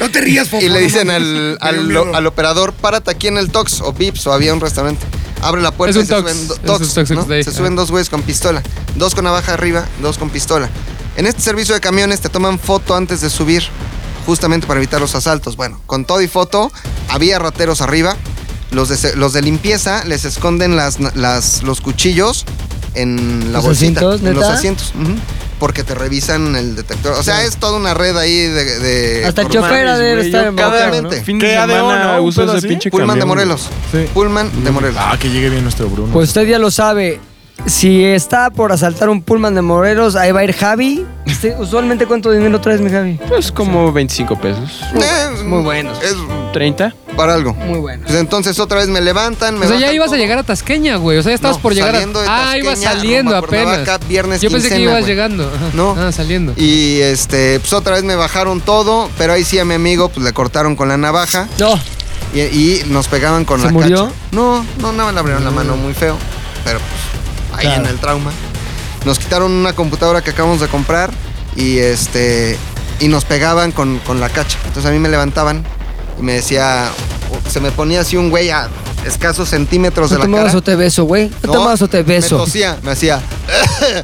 Speaker 3: No te rías, por
Speaker 1: y le
Speaker 3: favor.
Speaker 1: dicen al,
Speaker 3: Pero
Speaker 1: al,
Speaker 3: luego,
Speaker 1: al operador, párate aquí en el Tox o Pips o había un restaurante. Abre la puerta
Speaker 7: Es un
Speaker 1: y se
Speaker 7: Tox,
Speaker 1: suben, do-
Speaker 7: es
Speaker 1: Tox,
Speaker 7: un Tox
Speaker 1: ¿no?
Speaker 7: Day.
Speaker 1: se suben dos güeyes con pistola. Dos con navaja arriba, dos con pistola. En este servicio de camiones te toman foto antes de subir, justamente para evitar los asaltos. Bueno, con todo y foto, había rateros arriba. Los de, se- los de limpieza les esconden las, na- las- los cuchillos en la
Speaker 2: ¿Los
Speaker 1: bolsita.
Speaker 2: asientos,
Speaker 1: en los
Speaker 2: neta?
Speaker 1: asientos. ujú, Porque te revisan el detector. O sea, es toda una red ahí de... de-
Speaker 2: Hasta el
Speaker 1: por-
Speaker 2: chofer ha de
Speaker 4: Mames, güey,
Speaker 2: estar
Speaker 4: yo
Speaker 2: embarcado,
Speaker 1: cada
Speaker 2: ¿no?
Speaker 1: mente.
Speaker 4: Fin de
Speaker 5: ¿Qué ADO,
Speaker 4: semana
Speaker 5: no? ¿Un
Speaker 4: uso
Speaker 5: pedo
Speaker 4: ese
Speaker 5: así?
Speaker 4: pinche
Speaker 1: Pullman de
Speaker 4: camión, güey.
Speaker 1: Morelos.
Speaker 5: Sí.
Speaker 1: Pullman de Morelos.
Speaker 5: Ah, que llegue bien nuestro Bruno.
Speaker 2: Pues usted ya lo sabe. Si está por asaltar un pullman de Morelos, ahí va a ir Javi. Usted, usualmente, ¿cuánto dinero traes, mi Javi?
Speaker 4: Pues como 25 pesos.
Speaker 1: Eh,
Speaker 2: Muy buenos.
Speaker 1: Es
Speaker 4: 30.
Speaker 1: para algo.
Speaker 2: Muy bueno.
Speaker 1: Pues entonces otra vez me levantan. Me
Speaker 7: O sea, ya
Speaker 1: bajan
Speaker 7: ibas a
Speaker 1: todo.
Speaker 7: llegar a Tasqueña, güey. O sea, ya estabas
Speaker 1: No,
Speaker 7: por llegar a.
Speaker 1: saliendo de
Speaker 7: Ah, ibas
Speaker 1: Tasqueña,
Speaker 7: saliendo
Speaker 1: rumbo a Cuernavaca,
Speaker 7: apenas.
Speaker 1: viernes
Speaker 7: Yo pensé que
Speaker 1: quincena,
Speaker 7: ibas
Speaker 1: güey.
Speaker 7: llegando. Ajá.
Speaker 1: No.
Speaker 7: (laughs) Ah, saliendo.
Speaker 1: Y este, pues otra vez me bajaron todo, pero ahí sí a mi amigo pues le cortaron con la navaja
Speaker 2: No.
Speaker 1: y, y nos pegaban con
Speaker 2: ¿Se
Speaker 1: la
Speaker 2: murió? Mm.
Speaker 1: cacha. No, no, nada más le abrieron la mano muy feo, pero pues ahí
Speaker 2: Claro.
Speaker 1: en el trauma. Nos quitaron una computadora que acabamos de comprar y este y nos pegaban con, con la cacha. Entonces a mí me levantaban y me decía, se me ponía así un güey a escasos centímetros
Speaker 2: No
Speaker 1: de
Speaker 2: te
Speaker 1: la
Speaker 2: muevas
Speaker 1: cara.
Speaker 2: o te beso, güey. No, te
Speaker 1: No,
Speaker 2: muevas o te
Speaker 1: Me
Speaker 2: beso.
Speaker 1: tosía, me hacía.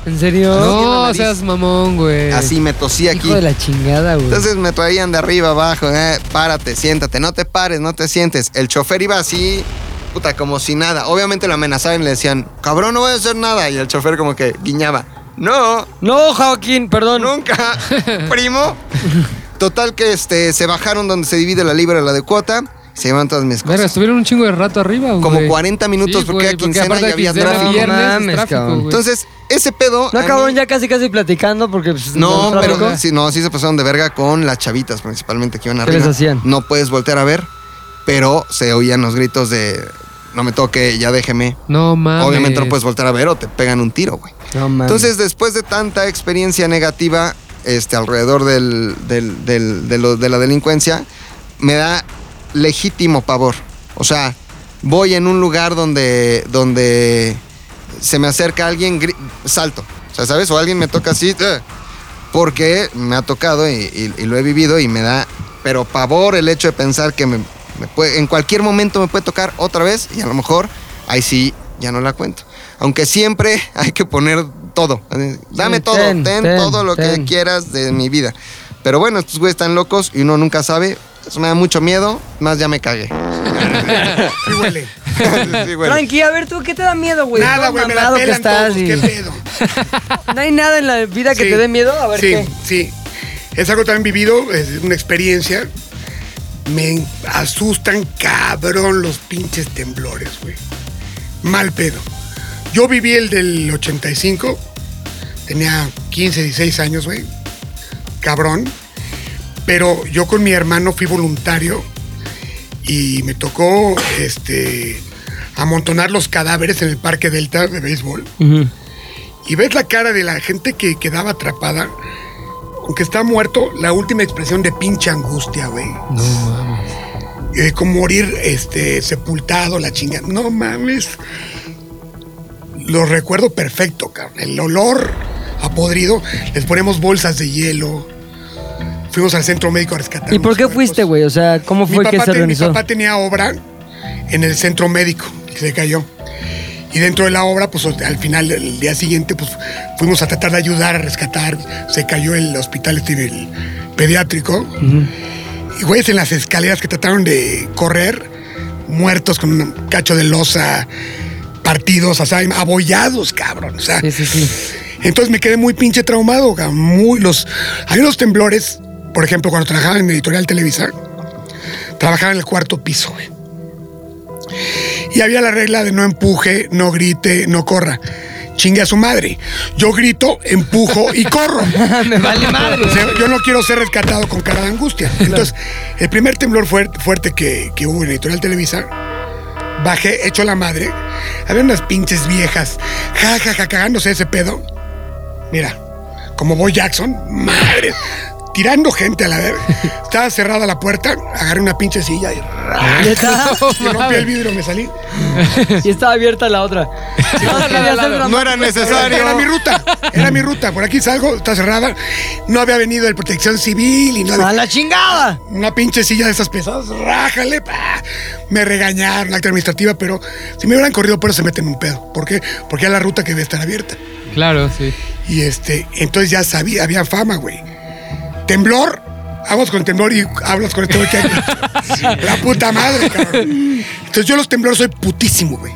Speaker 2: ¿En serio?
Speaker 7: No,
Speaker 1: nariz.
Speaker 7: seas mamón, güey.
Speaker 1: Así me tosía aquí.
Speaker 2: Eh, Hijo de la chingada, güey.
Speaker 1: Entonces me traían de arriba abajo, eh, párate, siéntate, no te pares, no te sientes. El chofer iba así, puta, como si nada. Obviamente lo amenazaban y le decían, cabrón, no voy a hacer nada. Y el chofer como que guiñaba, no,
Speaker 2: No, Joaquín, perdón.
Speaker 7: (laughs)
Speaker 1: nunca, primo. Total que este, se bajaron donde se divide la libra y la de cuota, se llevan todas mis
Speaker 7: Verga,
Speaker 1: cosas.
Speaker 7: estuvieron un chingo de rato arriba, güey.
Speaker 1: Como 40 minutos
Speaker 7: Sí,
Speaker 1: porque
Speaker 7: güey,
Speaker 1: a quincena
Speaker 7: aparte
Speaker 1: ya
Speaker 7: de
Speaker 1: había
Speaker 7: quincena,
Speaker 1: tráfico.
Speaker 7: viernes,
Speaker 2: No
Speaker 7: es
Speaker 2: mames,
Speaker 7: tráfico,
Speaker 2: cabrón.
Speaker 7: güey.
Speaker 1: Entonces, ese pedo...
Speaker 2: No
Speaker 1: a mí-
Speaker 2: acabaron ya casi casi platicando porque pues,
Speaker 1: No,
Speaker 2: el tráfico.
Speaker 1: pero sí, no, sí se pasaron de verga con las chavitas principalmente que iban
Speaker 2: ¿Qué les
Speaker 1: arriba.
Speaker 2: hacían?
Speaker 1: No puedes voltear a ver, pero se oían los gritos de no me toque, ya déjeme.
Speaker 7: No
Speaker 2: Ah,
Speaker 7: mames.
Speaker 1: Obviamente no puedes voltear a ver o te pegan un tiro, güey.
Speaker 2: No mames.
Speaker 1: Entonces, después de tanta experiencia negativa este, alrededor del- del- del- de, lo- de la delincuencia, me da legítimo pavor. O sea, voy en un lugar donde, donde se me acerca alguien, gri- salto. O sea, ¿sabes? O alguien me toca así, ¡eh! porque me ha tocado y, y- y lo he vivido y me da, pero pavor el hecho de pensar que me- me puede- en cualquier momento me puede tocar otra vez y a lo mejor ahí sí ya no la cuento. Aunque siempre (laughs) hay que poner todo. Dame
Speaker 2: Sí,
Speaker 1: todo,
Speaker 2: ten,
Speaker 1: ten,
Speaker 2: ten,
Speaker 1: todo lo
Speaker 2: ten.
Speaker 1: que quieras de mi vida. Pero bueno, estos güeyes están locos y uno nunca sabe. Eso me da mucho miedo, más ya me cagué. (laughs)
Speaker 3: sí huele.
Speaker 1: Sí, güey.
Speaker 2: Tranqui, a ver tú, ¿qué te da miedo, güey?
Speaker 3: Nada,
Speaker 2: Todo
Speaker 3: güey, me
Speaker 2: Pues
Speaker 3: la
Speaker 2: mamado que
Speaker 3: pelan
Speaker 2: estás
Speaker 3: todos.
Speaker 2: y-
Speaker 3: ¿Qué pedo?
Speaker 2: No hay nada en la vida que
Speaker 3: Sí.
Speaker 2: te dé miedo. A ver
Speaker 3: sí,
Speaker 2: qué.
Speaker 3: Sí, es algo también vivido, es una experiencia. Me asustan cabrón los pinches temblores, güey. Mal pedo. Yo viví el del 85, tenía 15, 16 años, güey. Cabrón. Pero yo con mi hermano fui voluntario y me tocó este amontonar los cadáveres en el Parque Delta de béisbol y ves la cara de la gente que quedaba atrapada, aunque está muerto, la última expresión de pinche angustia, güey. No mames. como morir este, sepultado, la chinga. No mames. Lo recuerdo perfecto, cabrón. El olor a podrido. Les ponemos bolsas de hielo. Fuimos al centro médico a rescatar.
Speaker 2: ¿Y por
Speaker 3: los
Speaker 2: qué
Speaker 3: cuerpos.
Speaker 2: fuiste, güey? O sea, ¿cómo
Speaker 3: Mi
Speaker 2: fue que
Speaker 3: papá
Speaker 2: se
Speaker 3: te- Mi
Speaker 2: organizó?
Speaker 3: papá tenía obra en el centro médico, que se cayó. Y dentro de la obra, pues al final, el día siguiente, pues fuimos a tratar de ayudar a rescatar. Se cayó el hospital este, el pediátrico. Y güeyes en las escaleras que trataron de correr, muertos con un cacho de losa, partidos, o sea, abollados, cabrón. O sea,
Speaker 7: Sí,
Speaker 3: (laughs)
Speaker 7: sí, sí.
Speaker 3: entonces me quedé muy pinche traumado, cabrón, muy los hay unos temblores, por ejemplo, cuando trabajaba en Editorial Televisa, trabajaba en el cuarto piso, güey. Y había la regla de no empuje, no grite, no corra. Chingue a su madre. Yo grito, empujo y corro.
Speaker 2: Me vale madre.
Speaker 3: O sea, yo no quiero ser rescatado con cara de angustia. Entonces, el primer temblor fuerte, fuerte que, que hubo en Editorial Televisa, bajé, hecho la madre. Había unas pinches viejas, ja, ja, ja, cagándose ese pedo. Mira, como voy Jackson, madre, tirando gente a la verga. Estaba cerrada la puerta, agarré una pinche silla y
Speaker 2: Y estaba,
Speaker 3: me rompí el vidrio, me salí.
Speaker 2: y estaba abierta la otra. No, quería hacer
Speaker 1: No era
Speaker 3: Era,
Speaker 1: necesario.
Speaker 3: era mi ruta, era mi ruta. Por aquí salgo, está cerrada. No había venido el protección civil y no había-
Speaker 2: ¡A la chingada!
Speaker 3: una pinche silla de esas pesadas, rájale, pa. me regañaron, acta administrativa, pero si me hubieran corrido, pero se meten un pedo. ¿Por qué? Porque era la ruta que debía estar abierta.
Speaker 7: Claro, sí.
Speaker 3: Y este, entonces ya sabía, había fama, güey. Temblor, hablas con temblor y hablas con este güey que La puta madre, cabrón. Entonces yo los temblores soy putísimo, güey.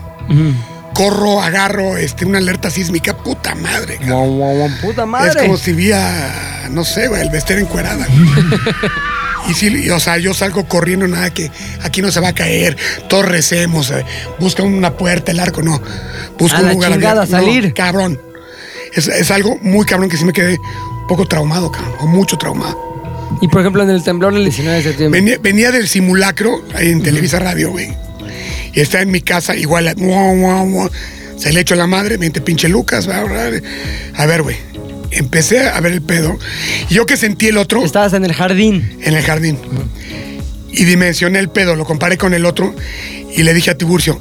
Speaker 3: Corro, agarro este, una alerta sísmica, puta madre, cabrón.
Speaker 2: ¡Puta
Speaker 3: Es como
Speaker 2: madre!
Speaker 3: si vi a, no sé, güey, el vestir encuerada. güey.
Speaker 2: (laughs)
Speaker 3: y sí, y, o sea, yo salgo corriendo, nada que aquí no se va a caer, todos recemos, eh, busca una puerta, el arco, no. Busca
Speaker 2: A
Speaker 3: un
Speaker 2: la
Speaker 3: lugar
Speaker 2: chingada,
Speaker 3: abierto. No,
Speaker 2: salir.
Speaker 3: cabrón. Es, es algo muy cabrón que sí me quedé un poco traumado, cabrón, o mucho traumado.
Speaker 2: Y por ejemplo, en el temblor del 19 de septiembre.
Speaker 3: Venía, venía del simulacro ahí en Televisa Radio, güey. Y está en mi casa, igual, guau, guau, guau. se le echó la madre, vente pinche Lucas, va, va, va. a ver, güey. Empecé a ver el pedo. Y yo que sentí el otro
Speaker 2: Estabas en el jardín.
Speaker 3: en el jardín. Y dimensioné el pedo, lo comparé con el otro y le dije a Tiburcio,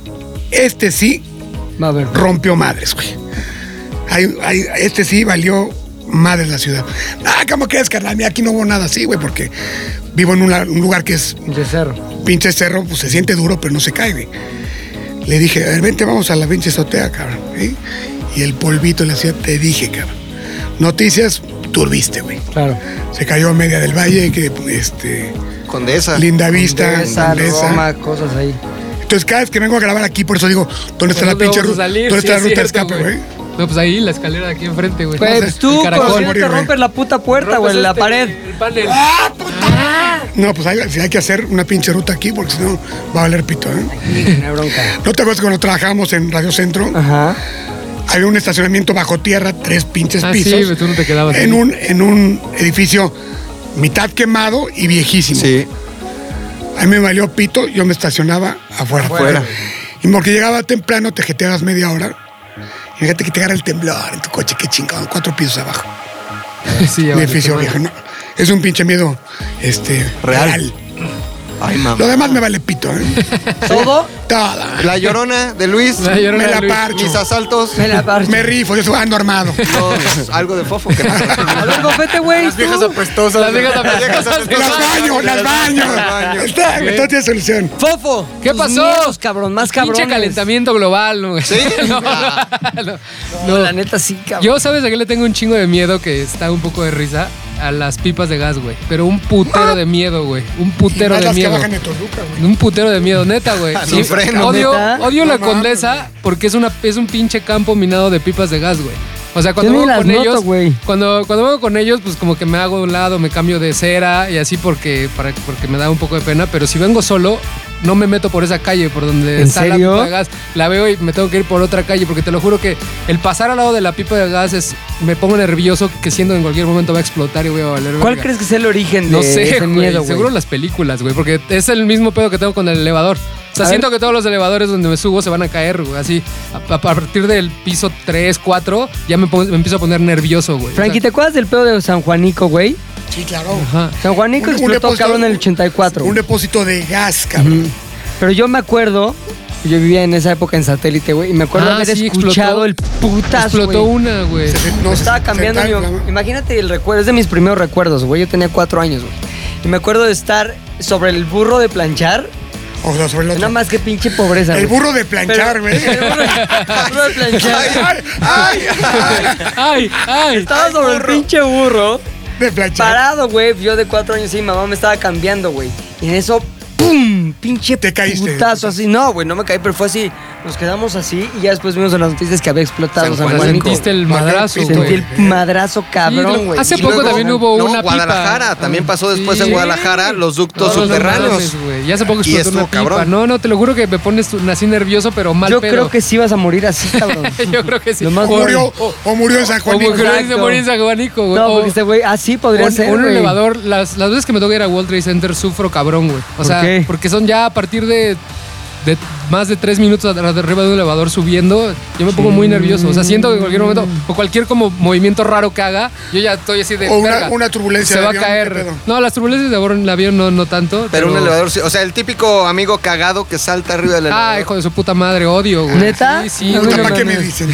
Speaker 3: este sí
Speaker 2: Va a ver.
Speaker 3: rompió madres, güey. Ay, ay, este sí valió madres la ciudad. Ah, ¿cómo crees, carnal? Mira, aquí no hubo nada así, güey, porque vivo en un la- un lugar que es
Speaker 2: De cerro.
Speaker 3: pinche cerro, pues se siente duro, pero no se cae, güey. Le dije, a ver, vente, vamos a la pinche azotea, cabrón. ¿sí? Y el polvito en la ciudad, te dije, cabrón. Noticias, turbiste, güey.
Speaker 2: Claro.
Speaker 3: Se cayó a media del valle, que este.
Speaker 1: Condesa.
Speaker 3: Linda Vista,
Speaker 2: Esa
Speaker 3: Condesa.
Speaker 2: Ah, Roma, cosas ahí.
Speaker 3: Entonces, cada vez que vengo a grabar aquí, por eso digo, ¿dónde está la
Speaker 7: ¿Dónde
Speaker 3: pinche
Speaker 7: vamos
Speaker 3: ruta?
Speaker 7: a salir?
Speaker 3: ¿Dónde
Speaker 7: Sí,
Speaker 3: está la
Speaker 7: es
Speaker 3: ruta de
Speaker 7: cierto,
Speaker 3: escape, güey?
Speaker 7: No, pues ahí la escalera de aquí enfrente, güey.
Speaker 2: Pues,
Speaker 7: No sé,
Speaker 2: tú,
Speaker 7: el
Speaker 2: por
Speaker 7: caracol.
Speaker 2: cierto,
Speaker 3: güey.
Speaker 2: rompes la puta puerta,
Speaker 7: Rompes
Speaker 2: güey, la
Speaker 7: este,
Speaker 2: pared.
Speaker 7: El panel.
Speaker 3: No, pues hay, sí hay que hacer una pinche ruta aquí, porque si no va a valer pito, ¿eh?
Speaker 2: Ninguna bronca.
Speaker 3: ¿No te acuerdas cuando trabajábamos en Radio Centro?
Speaker 7: Ah.
Speaker 2: Ajá.
Speaker 3: Había un estacionamiento bajo tierra, tres pinches
Speaker 7: Ah, sí,
Speaker 3: pisos.
Speaker 7: pero tú no te quedabas
Speaker 3: En
Speaker 7: ahí.
Speaker 3: un, en un edificio mitad quemado y viejísimo.
Speaker 1: Sí.
Speaker 3: A mí me valió pito, yo me estacionaba afuera.
Speaker 1: Afuera.
Speaker 3: Y porque llegaba temprano, te jeteabas media hora. Y Fíjate que te agarra el temblor en tu coche, qué chingado, cuatro pisos abajo.
Speaker 7: (laughs) Sí, ya
Speaker 3: Un
Speaker 7: vale,
Speaker 3: edificio
Speaker 7: qué
Speaker 3: viejo,
Speaker 7: mal.
Speaker 3: no. Es un pinche miedo este,
Speaker 1: Real. Ah.
Speaker 3: real.
Speaker 1: Ay,
Speaker 3: Lo
Speaker 1: mamá.
Speaker 3: demás me vale pito, ¿eh?
Speaker 2: Todo
Speaker 3: Toda.
Speaker 1: La llorona de Luis.
Speaker 7: La llorona
Speaker 3: Me la
Speaker 7: de Luis.
Speaker 3: parcho.
Speaker 1: Mis asaltos.
Speaker 2: me la parcho.
Speaker 3: Me rifo, yo estoy ando armado.
Speaker 1: los- algo de fofo que
Speaker 7: (laughs)
Speaker 2: A ver, cofete, güey. tú.
Speaker 1: apestosas.
Speaker 7: Las viejas apestosas.
Speaker 3: Las baño, las baño. Está, todo tiene solución.
Speaker 2: Fofo.
Speaker 7: ¿Qué
Speaker 2: tus
Speaker 7: pasó?
Speaker 2: miedos, cabrón, más cabrón.
Speaker 7: Pinche calentamiento global, ¿no?
Speaker 1: ¿Sí?
Speaker 7: (laughs)
Speaker 3: (laughs)
Speaker 7: No, no, no.
Speaker 2: La neta sí, cabrón.
Speaker 7: Yo, ¿sabes a qué le tengo un chingo de miedo que está un poco de risa? A las pipas de gas, güey. Pero un putero de miedo, güey. Un
Speaker 3: Y
Speaker 7: putero
Speaker 3: más
Speaker 7: de
Speaker 3: las que
Speaker 7: miedo.
Speaker 3: bajan de Toluca, güey.
Speaker 7: Un putero de miedo, neta, güey.
Speaker 1: Sin freno,
Speaker 7: odio
Speaker 2: neta.
Speaker 7: odio la condesa porque es, una, es un pinche campo minado de pipas de gas, güey. O sea, cuando
Speaker 2: Yo ni
Speaker 7: vengo
Speaker 2: las
Speaker 7: con
Speaker 2: noto,
Speaker 7: ellos,
Speaker 2: güey.
Speaker 7: cuando, cuando vengo con ellos, pues como que me hago a un lado, me cambio de cera y así porque, para, porque me da un poco de pena. Pero si vengo solo, no me meto por esa calle por donde
Speaker 2: ¿En
Speaker 7: está
Speaker 2: serio?
Speaker 7: la pipa de gas. La veo y me tengo que ir por otra calle porque te lo juro que el pasar al lado de la pipa de gas es, me pongo nervioso que siento que en cualquier momento va a explotar y voy a valer.
Speaker 2: ¿Cuál
Speaker 7: verga.
Speaker 2: crees que es el origen de
Speaker 7: No sé,
Speaker 2: ese
Speaker 7: güey.
Speaker 2: miedo, güey?
Speaker 7: Seguro las películas, güey. Porque es el mismo pedo que tengo con el elevador. O sea,
Speaker 2: A
Speaker 7: siento que todos los elevadores donde me subo se van a caer, güey. Así, a, a- a partir del piso 3, 4, ya me, pon- me empiezo a poner nervioso, güey. O sea,
Speaker 2: Frankie, ¿te acuerdas del pedo de San Juanico, güey?
Speaker 3: Sí, claro.
Speaker 7: Ajá.
Speaker 2: San Juanico
Speaker 3: Un- un
Speaker 2: explotó,
Speaker 3: depósito-
Speaker 2: cabrón, en el 84.
Speaker 3: Un depósito de gas, cabrón.
Speaker 2: Pero yo me acuerdo, yo vivía en esa época en satélite, güey, y me acuerdo
Speaker 7: Ah,
Speaker 2: haber
Speaker 7: sí,
Speaker 2: escuchado
Speaker 7: explotó.
Speaker 2: el putazo.
Speaker 7: Explotó
Speaker 2: güey.
Speaker 7: una,
Speaker 2: (laughs)
Speaker 7: güey.
Speaker 3: Se- no,
Speaker 2: Me
Speaker 3: se-
Speaker 2: estaba
Speaker 3: se-
Speaker 2: cambiando
Speaker 3: tal,
Speaker 2: yo.
Speaker 3: cabrón.
Speaker 2: Imagínate el recuerdo, es de mis primeros recuerdos, güey. Yo tenía cuatro años, güey. Y me acuerdo de estar sobre el burro de planchar.
Speaker 3: O sea, sobre el otro.
Speaker 2: Nada más que pinche pobreza,
Speaker 3: El
Speaker 2: güey.
Speaker 3: burro de planchar,
Speaker 2: Pero-
Speaker 3: güey.
Speaker 2: El burro, el burro de
Speaker 3: Ay,
Speaker 2: planchar.
Speaker 3: ay, ay, ay.
Speaker 7: ¡Ay, ay!
Speaker 2: Estaba sobre el pinche burro.
Speaker 3: De planchar.
Speaker 2: Parado, güey. Yo de cuatro años, sí, mi mamá me estaba cambiando, güey. Y en eso ¡pum! Pinche
Speaker 3: Te caíste.
Speaker 2: putazo así. No, güey, no me caí, pero fue así. Nos quedamos así y ya después vimos en las noticias que había explotado
Speaker 1: San
Speaker 2: San
Speaker 1: Juan.
Speaker 2: Francisco.
Speaker 7: Sentiste el
Speaker 3: Marcó el
Speaker 7: madrazo,
Speaker 3: piso,
Speaker 2: Sentí
Speaker 7: güey.
Speaker 2: el madrazo
Speaker 7: Sí,
Speaker 2: cabrón, güey.
Speaker 7: hace
Speaker 2: Y
Speaker 7: poco
Speaker 2: luego-
Speaker 7: también hubo
Speaker 1: no,
Speaker 7: una pipa.
Speaker 1: Guadalajara, también pasó después en
Speaker 7: Sí.
Speaker 1: Guadalajara los ductos
Speaker 7: No, no
Speaker 1: subterráneos.
Speaker 7: mames, güey. Ya hace poco
Speaker 1: Y
Speaker 7: explotó
Speaker 1: estuvo
Speaker 7: una pipa.
Speaker 1: cabrón.
Speaker 7: No, no, te lo juro que me pones tú- así nervioso, pero mal
Speaker 2: Yo
Speaker 7: pedo.
Speaker 2: creo
Speaker 7: (laughs)
Speaker 2: que sí vas a morir así, cabrón.
Speaker 7: Yo creo que sí.
Speaker 2: Lo más
Speaker 3: O murió, o murió en San
Speaker 7: Como
Speaker 3: Juanico.
Speaker 7: que
Speaker 2: Exacto.
Speaker 7: de morir en San Juanico, güey.
Speaker 2: No,
Speaker 7: O-
Speaker 2: porque este güey, así podría
Speaker 7: un,
Speaker 2: ser.
Speaker 7: un
Speaker 2: güey.
Speaker 7: elevador, las, las veces que me toca ir a World Trade Center sufro cabrón, güey. O
Speaker 2: ¿Por
Speaker 7: sea,
Speaker 2: qué?
Speaker 7: porque son ya a partir de, de más de tres minutos ar- arriba de un elevador subiendo, yo me pongo muy nervioso. O sea, siento que en cualquier momento, o cualquier como movimiento raro que haga, yo ya estoy así de.
Speaker 3: O una-
Speaker 7: "Verga,
Speaker 3: una turbulencia
Speaker 7: Se
Speaker 3: de
Speaker 7: va
Speaker 3: avión,
Speaker 7: a
Speaker 3: qué
Speaker 7: caer.
Speaker 3: pedo.
Speaker 7: No, las turbulencias de avión, el avión no, no tanto.
Speaker 1: Pero un elevador, sí. o sea, el típico amigo cagado que salta arriba del elevador.
Speaker 7: Ah, hijo de su puta madre, odio, güey.
Speaker 2: ¿Neta?
Speaker 7: Sí, sí.
Speaker 2: No,
Speaker 7: güey,
Speaker 3: Puta,
Speaker 7: no
Speaker 3: ¿Para qué me
Speaker 7: mames.
Speaker 3: dicen?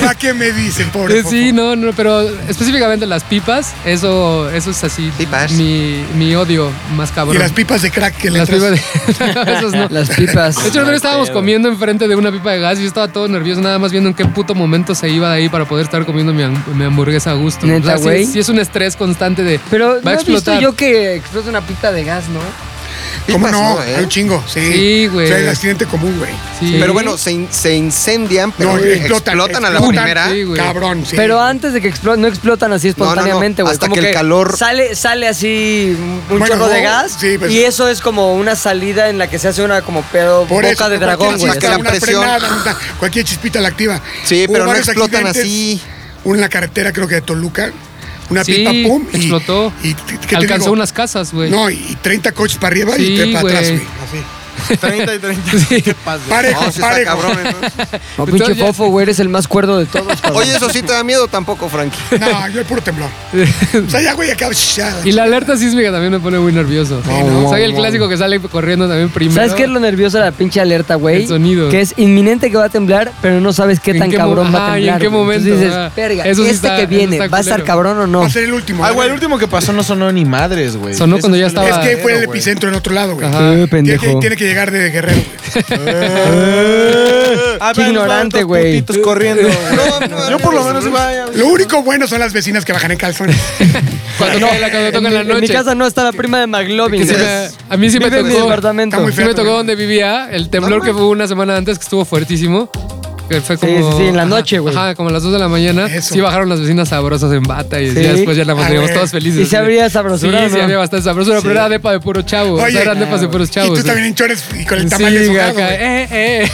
Speaker 3: ¿Para qué me dicen, pobre?
Speaker 7: Eh, Sí, no, no, pero específicamente las pipas, eso, eso es así.
Speaker 1: Pipas.
Speaker 7: Mi, mi odio más
Speaker 3: Fofo?
Speaker 7: cabrón.
Speaker 3: Y las pipas de crack que le
Speaker 7: Las
Speaker 3: traes.
Speaker 7: pipas de... (laughs) No, esas no.
Speaker 2: Las pipas.
Speaker 7: De hecho, nosotros estábamos comiendo enfrente de una pipa de gas y yo estaba todo nervioso, nada más viendo en qué puto momento se iba de ahí para poder estar comiendo mi, ham- mi hamburguesa a gusto.
Speaker 2: Neta,
Speaker 7: O sea, sí
Speaker 2: güey.
Speaker 7: es- sí, es un estrés constante de.
Speaker 2: Pero
Speaker 7: va
Speaker 2: no
Speaker 7: a
Speaker 2: he visto
Speaker 7: explotar.
Speaker 2: yo que explota una pita de gas, ¿no?
Speaker 3: ¿Cómo
Speaker 1: Pipas
Speaker 3: no?
Speaker 1: no, eh.
Speaker 3: Hay un chingo, sí.
Speaker 7: Sí, güey.
Speaker 3: O sea, el accidente común, güey.
Speaker 7: Sí.
Speaker 1: Pero bueno, se, in- se incendian, pero
Speaker 3: No,
Speaker 1: explotan,
Speaker 3: explotan,
Speaker 1: a la
Speaker 3: explotan,
Speaker 1: primera.
Speaker 7: sí, güey.
Speaker 3: Cabrón, sí.
Speaker 2: Pero antes de que exploten, no explotan así
Speaker 1: no, no.
Speaker 2: espontáneamente, güey.
Speaker 1: Hasta
Speaker 2: Como
Speaker 1: que el calor-
Speaker 2: Sale, sale así un
Speaker 3: Bueno,
Speaker 2: chorro de
Speaker 3: no,
Speaker 2: gas.
Speaker 3: sí, pues-
Speaker 2: Y eso es como una salida en la que se hace una como pedo
Speaker 3: Por
Speaker 2: boca
Speaker 3: eso,
Speaker 2: de
Speaker 3: cualquier
Speaker 2: dragón, güey.
Speaker 3: chispita,
Speaker 1: así.
Speaker 3: una
Speaker 1: La presión.
Speaker 3: frenada, una- cualquier chispita la activa.
Speaker 1: Sí,
Speaker 3: Hubo
Speaker 1: pero no
Speaker 3: varios
Speaker 1: explotan
Speaker 3: accidentes,
Speaker 1: así.
Speaker 3: Uno en la carretera, creo que de Toluca. Una
Speaker 7: Sí,
Speaker 3: pipa, pum. y-
Speaker 7: explotó.
Speaker 3: Y, ¿qué te
Speaker 7: alcanzó
Speaker 3: digo?
Speaker 7: unas casas, güey.
Speaker 3: No, y 30 coches para arriba
Speaker 7: Sí,
Speaker 3: y tres para
Speaker 7: güey.
Speaker 3: atrás, güey. Así.
Speaker 5: 30 y 30. ¿Qué pasa?
Speaker 3: Parejo,
Speaker 1: No, sí está
Speaker 3: parejo.
Speaker 1: cabrón, entonces.
Speaker 3: (laughs)
Speaker 2: No, pinche
Speaker 7: Entonces ya-
Speaker 2: fofo, güey, eres el más cuerdo de todos, cabrón.
Speaker 1: Oye, eso sí te da miedo tampoco, Frankie.
Speaker 3: No, yo el puro temblor. O sea, ya, güey, acabo. ya.
Speaker 7: Y la alerta sísmica también me pone muy nervioso.
Speaker 3: ¿no?
Speaker 7: Soy el clásico que sale corriendo también
Speaker 2: (laughs)
Speaker 7: primero.
Speaker 2: ¿Sabes qué es lo nervioso de la pinche alerta, güey?
Speaker 7: El sonido.
Speaker 2: Que es inminente que va a temblar, pero no sabes qué
Speaker 7: ¿En
Speaker 2: tan
Speaker 7: qué mo-
Speaker 2: cabrón va a
Speaker 7: Ajá,
Speaker 2: temblar.
Speaker 7: ¿y en qué
Speaker 2: güey.
Speaker 7: momento?
Speaker 2: Entonces dices,
Speaker 7: Ah,
Speaker 2: verga,
Speaker 7: eso sí
Speaker 2: este
Speaker 7: está-
Speaker 2: que viene,
Speaker 7: eso está
Speaker 2: ¿va a estar
Speaker 7: culero.
Speaker 2: cabrón o
Speaker 7: (laughs)
Speaker 2: no?
Speaker 3: Va a ser el último.
Speaker 5: Ah,
Speaker 3: ¿eh?
Speaker 5: güey, el último que pasó no sonó ni madres, güey. Eh.
Speaker 7: Sonó cuando ya
Speaker 5: Ese
Speaker 7: estaba-
Speaker 3: Es que fue el
Speaker 5: güey.
Speaker 3: epicentro en otro lado, güey.
Speaker 7: Ajá.
Speaker 2: Qué
Speaker 3: Tiene
Speaker 2: pendejo.
Speaker 3: que, tiene que llegar de Guerrero, güey.
Speaker 7: (laughs)
Speaker 5: Ah,
Speaker 2: Qué
Speaker 5: pero
Speaker 2: ignorante,
Speaker 5: tantos
Speaker 2: güey.
Speaker 5: putitos corriendo.
Speaker 1: No, no,
Speaker 5: Yo por lo
Speaker 1: no,
Speaker 5: menos
Speaker 1: no.
Speaker 5: iba a-
Speaker 3: Lo único bueno son las vecinas que bajan en calzones.
Speaker 7: Cuando, cae la, cuando toca en la
Speaker 2: En mi-
Speaker 7: noche.
Speaker 2: En mi casa no está la prima de McLovin.
Speaker 7: (laughs) Que sí
Speaker 2: güey.
Speaker 7: me- a mí sí me
Speaker 2: Vive en mi
Speaker 7: tocó.
Speaker 2: departamento.
Speaker 3: Está muy
Speaker 7: Sí
Speaker 3: feo.
Speaker 7: me tocó donde vivía, el temblor que fue una semana antes, que estuvo fuertísimo. Que fue como,
Speaker 2: sí, sí, en la
Speaker 7: ajá,
Speaker 2: noche, güey.
Speaker 7: Ajá, como a las 2 de la mañana.
Speaker 3: Eso.
Speaker 7: Sí bajaron las vecinas sabrosas en bata y
Speaker 2: Sí.
Speaker 7: ya después ya la
Speaker 3: Ah,
Speaker 7: teníamos
Speaker 3: güey.
Speaker 7: todos felices.
Speaker 2: ¿Y sí había sabrosura
Speaker 7: Sí,
Speaker 2: o
Speaker 7: sí
Speaker 2: no?
Speaker 7: había bastante sabrosura, pero era depa de puro chavo. o sea,
Speaker 3: Oye,
Speaker 7: eran depas de puros
Speaker 3: y
Speaker 7: chavos.
Speaker 3: tú
Speaker 7: sí.
Speaker 3: también en chores y con el tamaño
Speaker 7: Sí,
Speaker 3: sudado,
Speaker 7: acá,
Speaker 3: güey.
Speaker 7: eh, eh.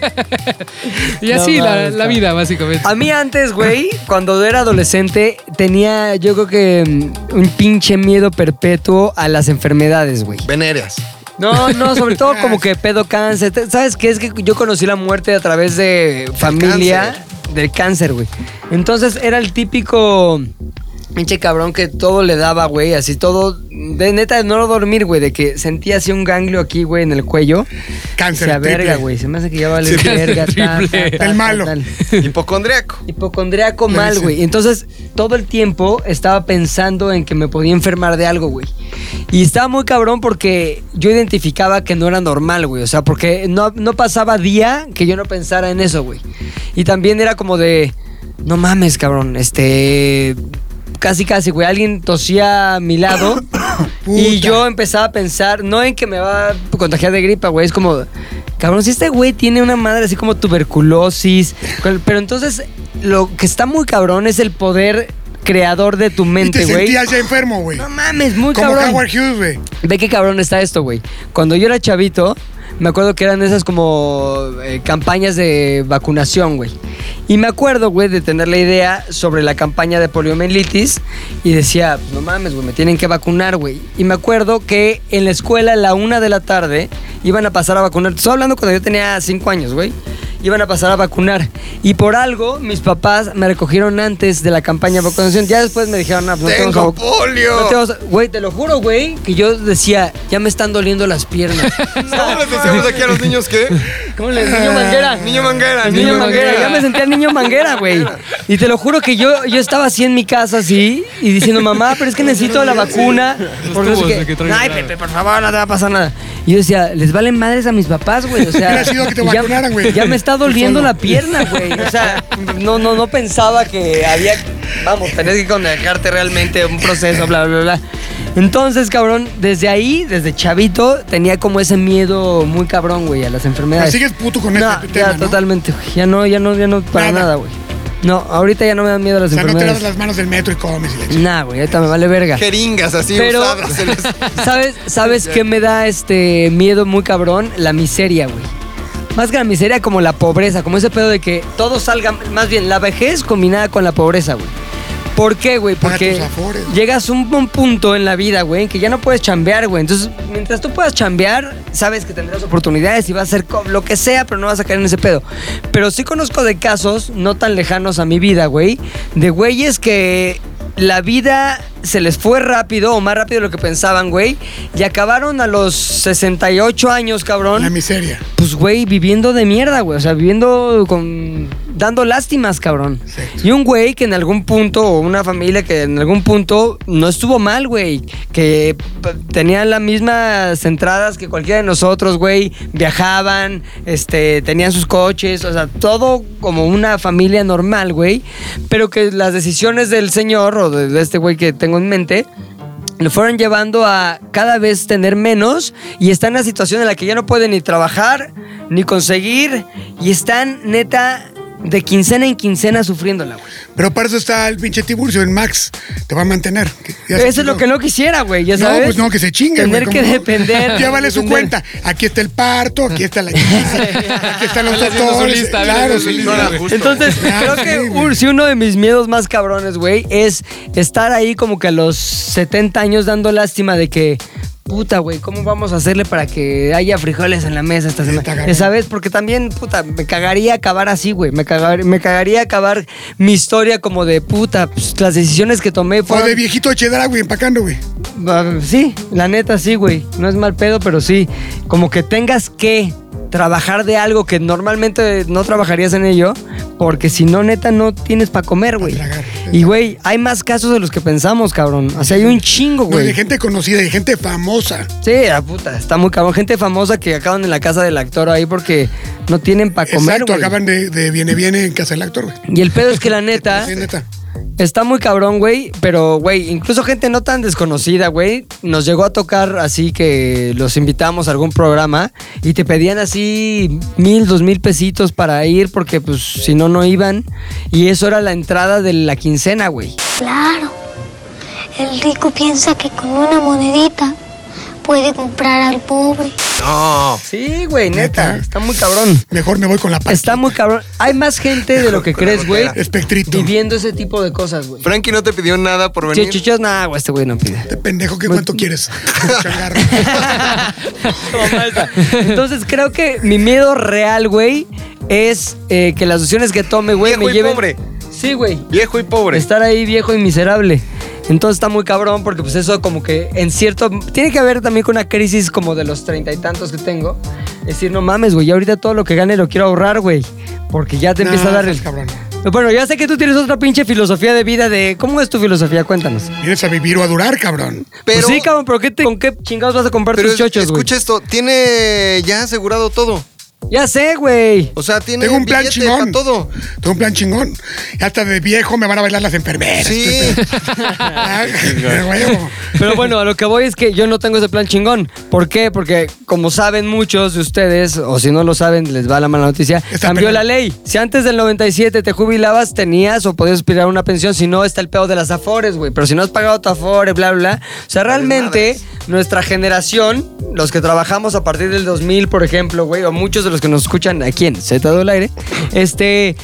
Speaker 7: (laughs) y
Speaker 2: No
Speaker 7: así la,
Speaker 2: mames,
Speaker 7: la
Speaker 2: cabrón.
Speaker 7: vida, básicamente.
Speaker 2: A mí antes, güey, cuando era adolescente, tenía yo creo que mm, un pinche miedo perpetuo a las enfermedades, güey.
Speaker 1: Veneras.
Speaker 2: No, no, sobre todo como que pedo cáncer. Te- ¿Sabes qué? Es que yo conocí la muerte a través de familia del cáncer, güey. Entonces era el típico pinche cabrón que todo le daba, güey. Así todo, de neta, de no dormir, güey. De que sentía así un ganglio aquí, güey, en el cuello.
Speaker 3: Cáncer
Speaker 2: Se verga,
Speaker 3: triple.
Speaker 2: güey. Se me hace que ya vale
Speaker 3: Sí.
Speaker 2: verga. tal,
Speaker 7: Triple.
Speaker 2: tal, tal,
Speaker 3: El malo.
Speaker 2: tal.
Speaker 1: Hipocondriaco.
Speaker 2: Hipocondriaco
Speaker 3: Le
Speaker 2: mal,
Speaker 3: dicen.
Speaker 2: güey. Entonces, todo el tiempo estaba pensando en que me podía enfermar de algo, güey. Y estaba muy cabrón porque yo identificaba que no era normal, güey. O sea, porque no, no pasaba día que yo no pensara en eso, güey. Y también era como de, no mames, cabrón, este... Casi, casi, güey. Alguien tosía a mi
Speaker 3: (coughs)
Speaker 2: lado y
Speaker 3: Puta.
Speaker 2: yo empezaba a pensar, no en que me va a contagiar de gripa, güey. Es como, cabrón, si este güey tiene una madre así como tuberculosis. cual- Pero entonces, lo que está muy cabrón es el poder creador de tu
Speaker 3: Y
Speaker 2: mente,
Speaker 3: te
Speaker 2: güey.
Speaker 3: sentías ya enfermo, güey.
Speaker 2: No mames, muy
Speaker 3: Como
Speaker 2: cabrón.
Speaker 3: Howard Hughes, güey.
Speaker 2: Ve qué cabrón está esto, güey. Cuando yo era chavito, me acuerdo que eran esas como eh, campañas de vacunación, güey. Y me acuerdo, güey, de tener la idea sobre la campaña de poliomielitis y decía, no mames, güey, me tienen que vacunar, güey. Y me acuerdo que en la escuela a la una de la tarde iban a pasar a vacunar. Estoy hablando cuando yo tenía cinco años, güey. Iban a pasar a vacunar. Y por algo, mis papás me recogieron antes de la campaña de vacunación. Ya después me dijeron, no, pues, no te vamos a
Speaker 1: Tengo
Speaker 2: vac-
Speaker 1: polio.
Speaker 2: no te vamos a- Güey, te lo juro, güey, que yo decía, ya me están doliendo las piernas.
Speaker 1: ¿Cómo les decimos aquí a los niños qué?
Speaker 5: (laughs)
Speaker 2: ¿Cómo le niño manguera?
Speaker 1: Niño manguera.
Speaker 2: Niño,
Speaker 7: Niño
Speaker 2: manguera.
Speaker 7: manguera.
Speaker 2: ya me sentía niño manguera, güey. Y te lo juro que yo, yo estaba así en mi casa, así, y diciendo, mamá, pero es que necesito la vacuna. Porque no sé
Speaker 7: tubos
Speaker 2: qué".
Speaker 7: de que traigo.
Speaker 2: Ay, Pepe, por favor, no te va a pasar nada. Y yo decía, les valen madres a mis papás, güey. O sea,
Speaker 3: Hubiera sido que te
Speaker 2: ya,
Speaker 3: vacunaran, güey.
Speaker 2: ya me está
Speaker 3: Tú
Speaker 2: doliendo
Speaker 3: solo.
Speaker 2: la pierna, güey. O sea, no, no, no pensaba que había. Vamos, tenés que conectarte realmente a un proceso, bla, bla, bla. Entonces, cabrón, desde ahí, desde chavito, tenía como ese miedo muy cabrón, güey, a las enfermedades.
Speaker 3: Sigues puto con
Speaker 2: No,
Speaker 3: este tema,
Speaker 2: ya
Speaker 3: ¿no?
Speaker 2: totalmente, güey. Ya no, ya no, ya no, para
Speaker 3: Nada.
Speaker 2: nada, güey. No, ahorita ya no me dan miedo las
Speaker 3: O sea, no te
Speaker 2: enfermedades.
Speaker 3: lavas las manos del metro y comes y la chingada.
Speaker 2: Nah, güey, ahorita me vale verga.
Speaker 1: Jeringas así
Speaker 2: Pero,
Speaker 1: usadas. se les-
Speaker 2: (laughs) ¿sabes, sabes qué me da este miedo muy cabrón? La miseria, güey. Más que la miseria, como la pobreza, como ese pedo de que todo salga, más bien la vejez combinada con la pobreza, güey. ¿Por qué,
Speaker 1: Ah,
Speaker 2: güey?
Speaker 3: Paga
Speaker 2: Porque
Speaker 3: tus afores.
Speaker 2: llegas a un, un punto en la vida, güey, en que ya no puedes chambear, güey. Entonces, mientras tú puedas chambear, sabes que tendrás oportunidades y vas a hacer co- lo que sea, pero no vas a caer en ese pedo. Pero sí conozco de casos no tan lejanos a mi vida, güey, de güeyes que la vida se les fue rápido o más rápido de lo que pensaban, güey, y acabaron a los 68 años, cabrón
Speaker 3: La miseria.
Speaker 2: pues, güey, viviendo de mierda, güey. O sea, viviendo con. dando lástimas, cabrón. Y un güey que en algún punto, o una familia que en algún punto no estuvo mal, güey. Que p- tenían las mismas entradas que cualquiera de nosotros, güey. Viajaban, este, tenían sus coches, o sea, todo como una familia normal, güey. Pero que las decisiones del señor o de, de este güey que tengo en mente lo fueron llevando a cada vez tener menos y están en una situación en la que ya no pueden ni trabajar ni conseguir y están neta de quincena en quincena sufriéndola, güey.
Speaker 3: Pero para eso está el pinche Tiburcio en Max. Te va a mantener. que ya se
Speaker 2: Eso es lo
Speaker 3: chingó.
Speaker 2: que no quisiera, güey, ya sabes.
Speaker 3: No, pues no, que se chingue.
Speaker 2: Tener
Speaker 3: güey,
Speaker 2: que
Speaker 3: como-
Speaker 2: depender.
Speaker 3: Llévale su
Speaker 2: depender.
Speaker 3: cuenta. Aquí está el parto, aquí está la
Speaker 7: (laughs)
Speaker 3: chingada, aquí están los
Speaker 7: Él haciendo su
Speaker 3: doctores.
Speaker 7: lista, él
Speaker 3: claro,
Speaker 7: haciendo su
Speaker 3: sí.
Speaker 7: lista,
Speaker 3: claro.
Speaker 5: güey.
Speaker 2: Entonces,
Speaker 3: (laughs) Claro,
Speaker 2: creo que
Speaker 3: sí, güey.
Speaker 2: un- si uno de mis miedos más cabrones, güey, es estar ahí como que a los 70 años dando lástima de que, puta, güey, ¿cómo vamos a hacerle para que haya frijoles en la mesa esta
Speaker 3: Está
Speaker 2: semana?
Speaker 3: cabrón.
Speaker 2: ¿Sabes? Porque también, puta, me cagaría acabar así, güey. Me, cagar- me cagaría acabar mi historia como de, puta, pues, las decisiones que tomé
Speaker 3: O
Speaker 2: fueron...
Speaker 3: de viejito cheddar, güey, empacando, güey.
Speaker 2: Ah, Sí, la neta sí, güey. No es mal pedo, pero sí. Como que tengas que trabajar de algo que normalmente no trabajarías en ello, porque si no, neta, no tienes para comer, güey.
Speaker 3: tragar.
Speaker 2: Y, güey, hay más casos de los que pensamos, cabrón. O sea, hay un chingo,
Speaker 3: No,
Speaker 2: güey.
Speaker 3: de gente conocida, de gente famosa.
Speaker 2: Sí, la puta, está muy cabrón. Gente famosa que acaban en la casa del actor ahí porque no tienen para comer,
Speaker 3: Exacto,
Speaker 2: güey.
Speaker 3: acaban de, de viene, viene en casa del actor, güey.
Speaker 2: Y el pedo es
Speaker 3: (laughs)
Speaker 2: que la neta...
Speaker 3: Sí, neta.
Speaker 2: Está muy cabrón, güey, pero, güey, incluso gente no tan desconocida, güey, nos llegó a tocar así que los invitamos a algún programa y te pedían así mil, dos mil pesitos para ir porque, pues, si no, no iban. Y eso era la entrada de la quincena, güey.
Speaker 10: Claro. El rico piensa que con una monedita puede comprar al pobre.
Speaker 1: No.
Speaker 2: Sí, güey, neta,
Speaker 3: Neta.
Speaker 2: está muy cabrón.
Speaker 3: Mejor me voy con la paz.
Speaker 2: Está muy cabrón. Hay más gente de lo que
Speaker 1: Con la
Speaker 2: crees, güey,
Speaker 1: gotera.
Speaker 3: Espectrito.
Speaker 2: viviendo ese tipo de cosas, güey.
Speaker 1: Frankie no te pidió nada por venir.
Speaker 2: Chichichos, nada, güey, este güey no pide.
Speaker 3: Este pendejo, ¿qué cuánto quieres? Changarro.
Speaker 2: Entonces creo que mi miedo real, güey, es eh, que las opciones que tome, güey,
Speaker 1: Viejo
Speaker 2: me
Speaker 1: y
Speaker 2: lleven.
Speaker 1: pobre.
Speaker 2: Sí, güey.
Speaker 1: Viejo y pobre.
Speaker 2: Estar ahí viejo y miserable. Entonces está muy cabrón porque pues eso como que en cierto... Tiene que ver también con una crisis como de los treinta y tantos que tengo. Es decir, no mames, güey, ya ahorita todo lo que gane lo quiero ahorrar, güey. Porque ya te
Speaker 3: No,
Speaker 2: empieza a dar
Speaker 3: estás
Speaker 2: el...
Speaker 3: cabrón.
Speaker 2: Bueno, ya sé que tú tienes otra pinche filosofía de vida de... ¿Cómo es tu filosofía? Cuéntanos.
Speaker 3: Vienes a vivir o a durar, cabrón.
Speaker 2: Pero,
Speaker 7: Pues
Speaker 1: Pero,
Speaker 2: sí, cabrón, pero qué te- ¿con qué chingados vas a comprar
Speaker 1: pero
Speaker 2: tus
Speaker 1: es-
Speaker 2: chochos, güey?
Speaker 1: escucha esto, tiene ya asegurado todo.
Speaker 2: Ya sé, güey.
Speaker 1: O sea, tiene
Speaker 3: Tengo un plan
Speaker 1: billete para
Speaker 3: chingón.
Speaker 1: todo.
Speaker 3: Tengo un plan chingón. Hasta de viejo me van a bailar las enfermeras.
Speaker 1: Sí.
Speaker 3: (laughs)
Speaker 1: (laughs)
Speaker 3: Ah, de huevo.
Speaker 2: Pero bueno, a lo que voy es que yo no tengo ese plan chingón. ¿Por qué? Porque como saben muchos de ustedes, o si no lo saben, les va la mala noticia,
Speaker 3: Está
Speaker 2: cambió
Speaker 3: penal.
Speaker 2: la ley. Si antes del 97 te jubilabas, tenías o podías aspirar a una pensión. Si no, está el pedo de las afores, güey. Pero si no has pagado tu afore, bla, bla. bla. O sea, realmente nuestra generación, los que trabajamos a partir del 2000, por ejemplo, güey, o muchos de los que nos escuchan aquí en Z del Aire, este...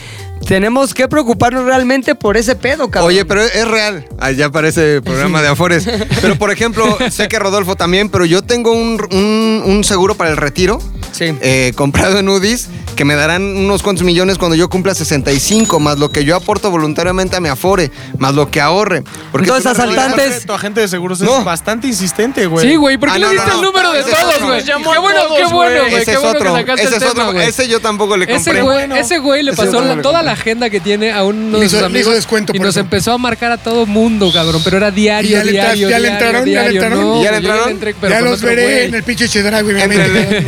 Speaker 2: Tenemos que preocuparnos realmente por ese pedo, cabrón.
Speaker 1: Oye, pero es real. Allá parece programa de
Speaker 7: (laughs)
Speaker 1: Afores. Pero, por ejemplo, sé que Rodolfo también, pero yo tengo un, un- un seguro para el retiro.
Speaker 2: Sí.
Speaker 1: eh, comprado en UDIs que me darán unos cuantos millones cuando yo cumpla 65, más lo que yo aporto voluntariamente a mi Afore, más lo que ahorre. Porque
Speaker 2: Entonces,
Speaker 1: es una realidad.
Speaker 2: asaltantes-
Speaker 5: Antes, tu agente de seguros es
Speaker 1: No.
Speaker 5: bastante insistente, güey.
Speaker 7: Sí, güey, ¿por qué
Speaker 1: Ah,
Speaker 7: le
Speaker 1: no,
Speaker 7: diste
Speaker 1: no,
Speaker 7: el
Speaker 1: no.
Speaker 7: número de
Speaker 1: Ese es
Speaker 7: todos,
Speaker 1: otro.
Speaker 7: güey?
Speaker 1: Llamó
Speaker 7: Qué bueno, qué bueno, güey.
Speaker 1: Ese
Speaker 7: Qué
Speaker 1: es
Speaker 7: bueno que
Speaker 1: otro,
Speaker 7: sacaste
Speaker 1: ese es
Speaker 7: el
Speaker 1: otro,
Speaker 7: tema, güey.
Speaker 1: ese yo tampoco le compré.
Speaker 7: Ese güey, ese güey le
Speaker 1: Ese yo
Speaker 7: pasó
Speaker 1: tampoco le
Speaker 7: toda
Speaker 1: compré.
Speaker 7: la agenda que tiene a
Speaker 3: Le
Speaker 7: uno de
Speaker 3: hizo-
Speaker 7: sus
Speaker 3: le hizo
Speaker 7: amigos
Speaker 3: descuento
Speaker 7: y
Speaker 3: por
Speaker 7: nos
Speaker 3: eso.
Speaker 7: empezó a marcar a todo mundo, cabrón, pero era diario,
Speaker 3: ¿Y ya le entras-
Speaker 7: diario,
Speaker 3: ya le
Speaker 7: diario,
Speaker 3: entraron? ¿Ya le
Speaker 7: diario,
Speaker 3: entraron?
Speaker 7: no,
Speaker 1: ¿Ya le
Speaker 7: güey, yo
Speaker 1: entraron?
Speaker 7: entré, pero
Speaker 3: ya
Speaker 7: con
Speaker 3: los
Speaker 7: otro
Speaker 3: veré
Speaker 7: güey.
Speaker 3: en el pinche Chedragui,
Speaker 1: Éntrenle.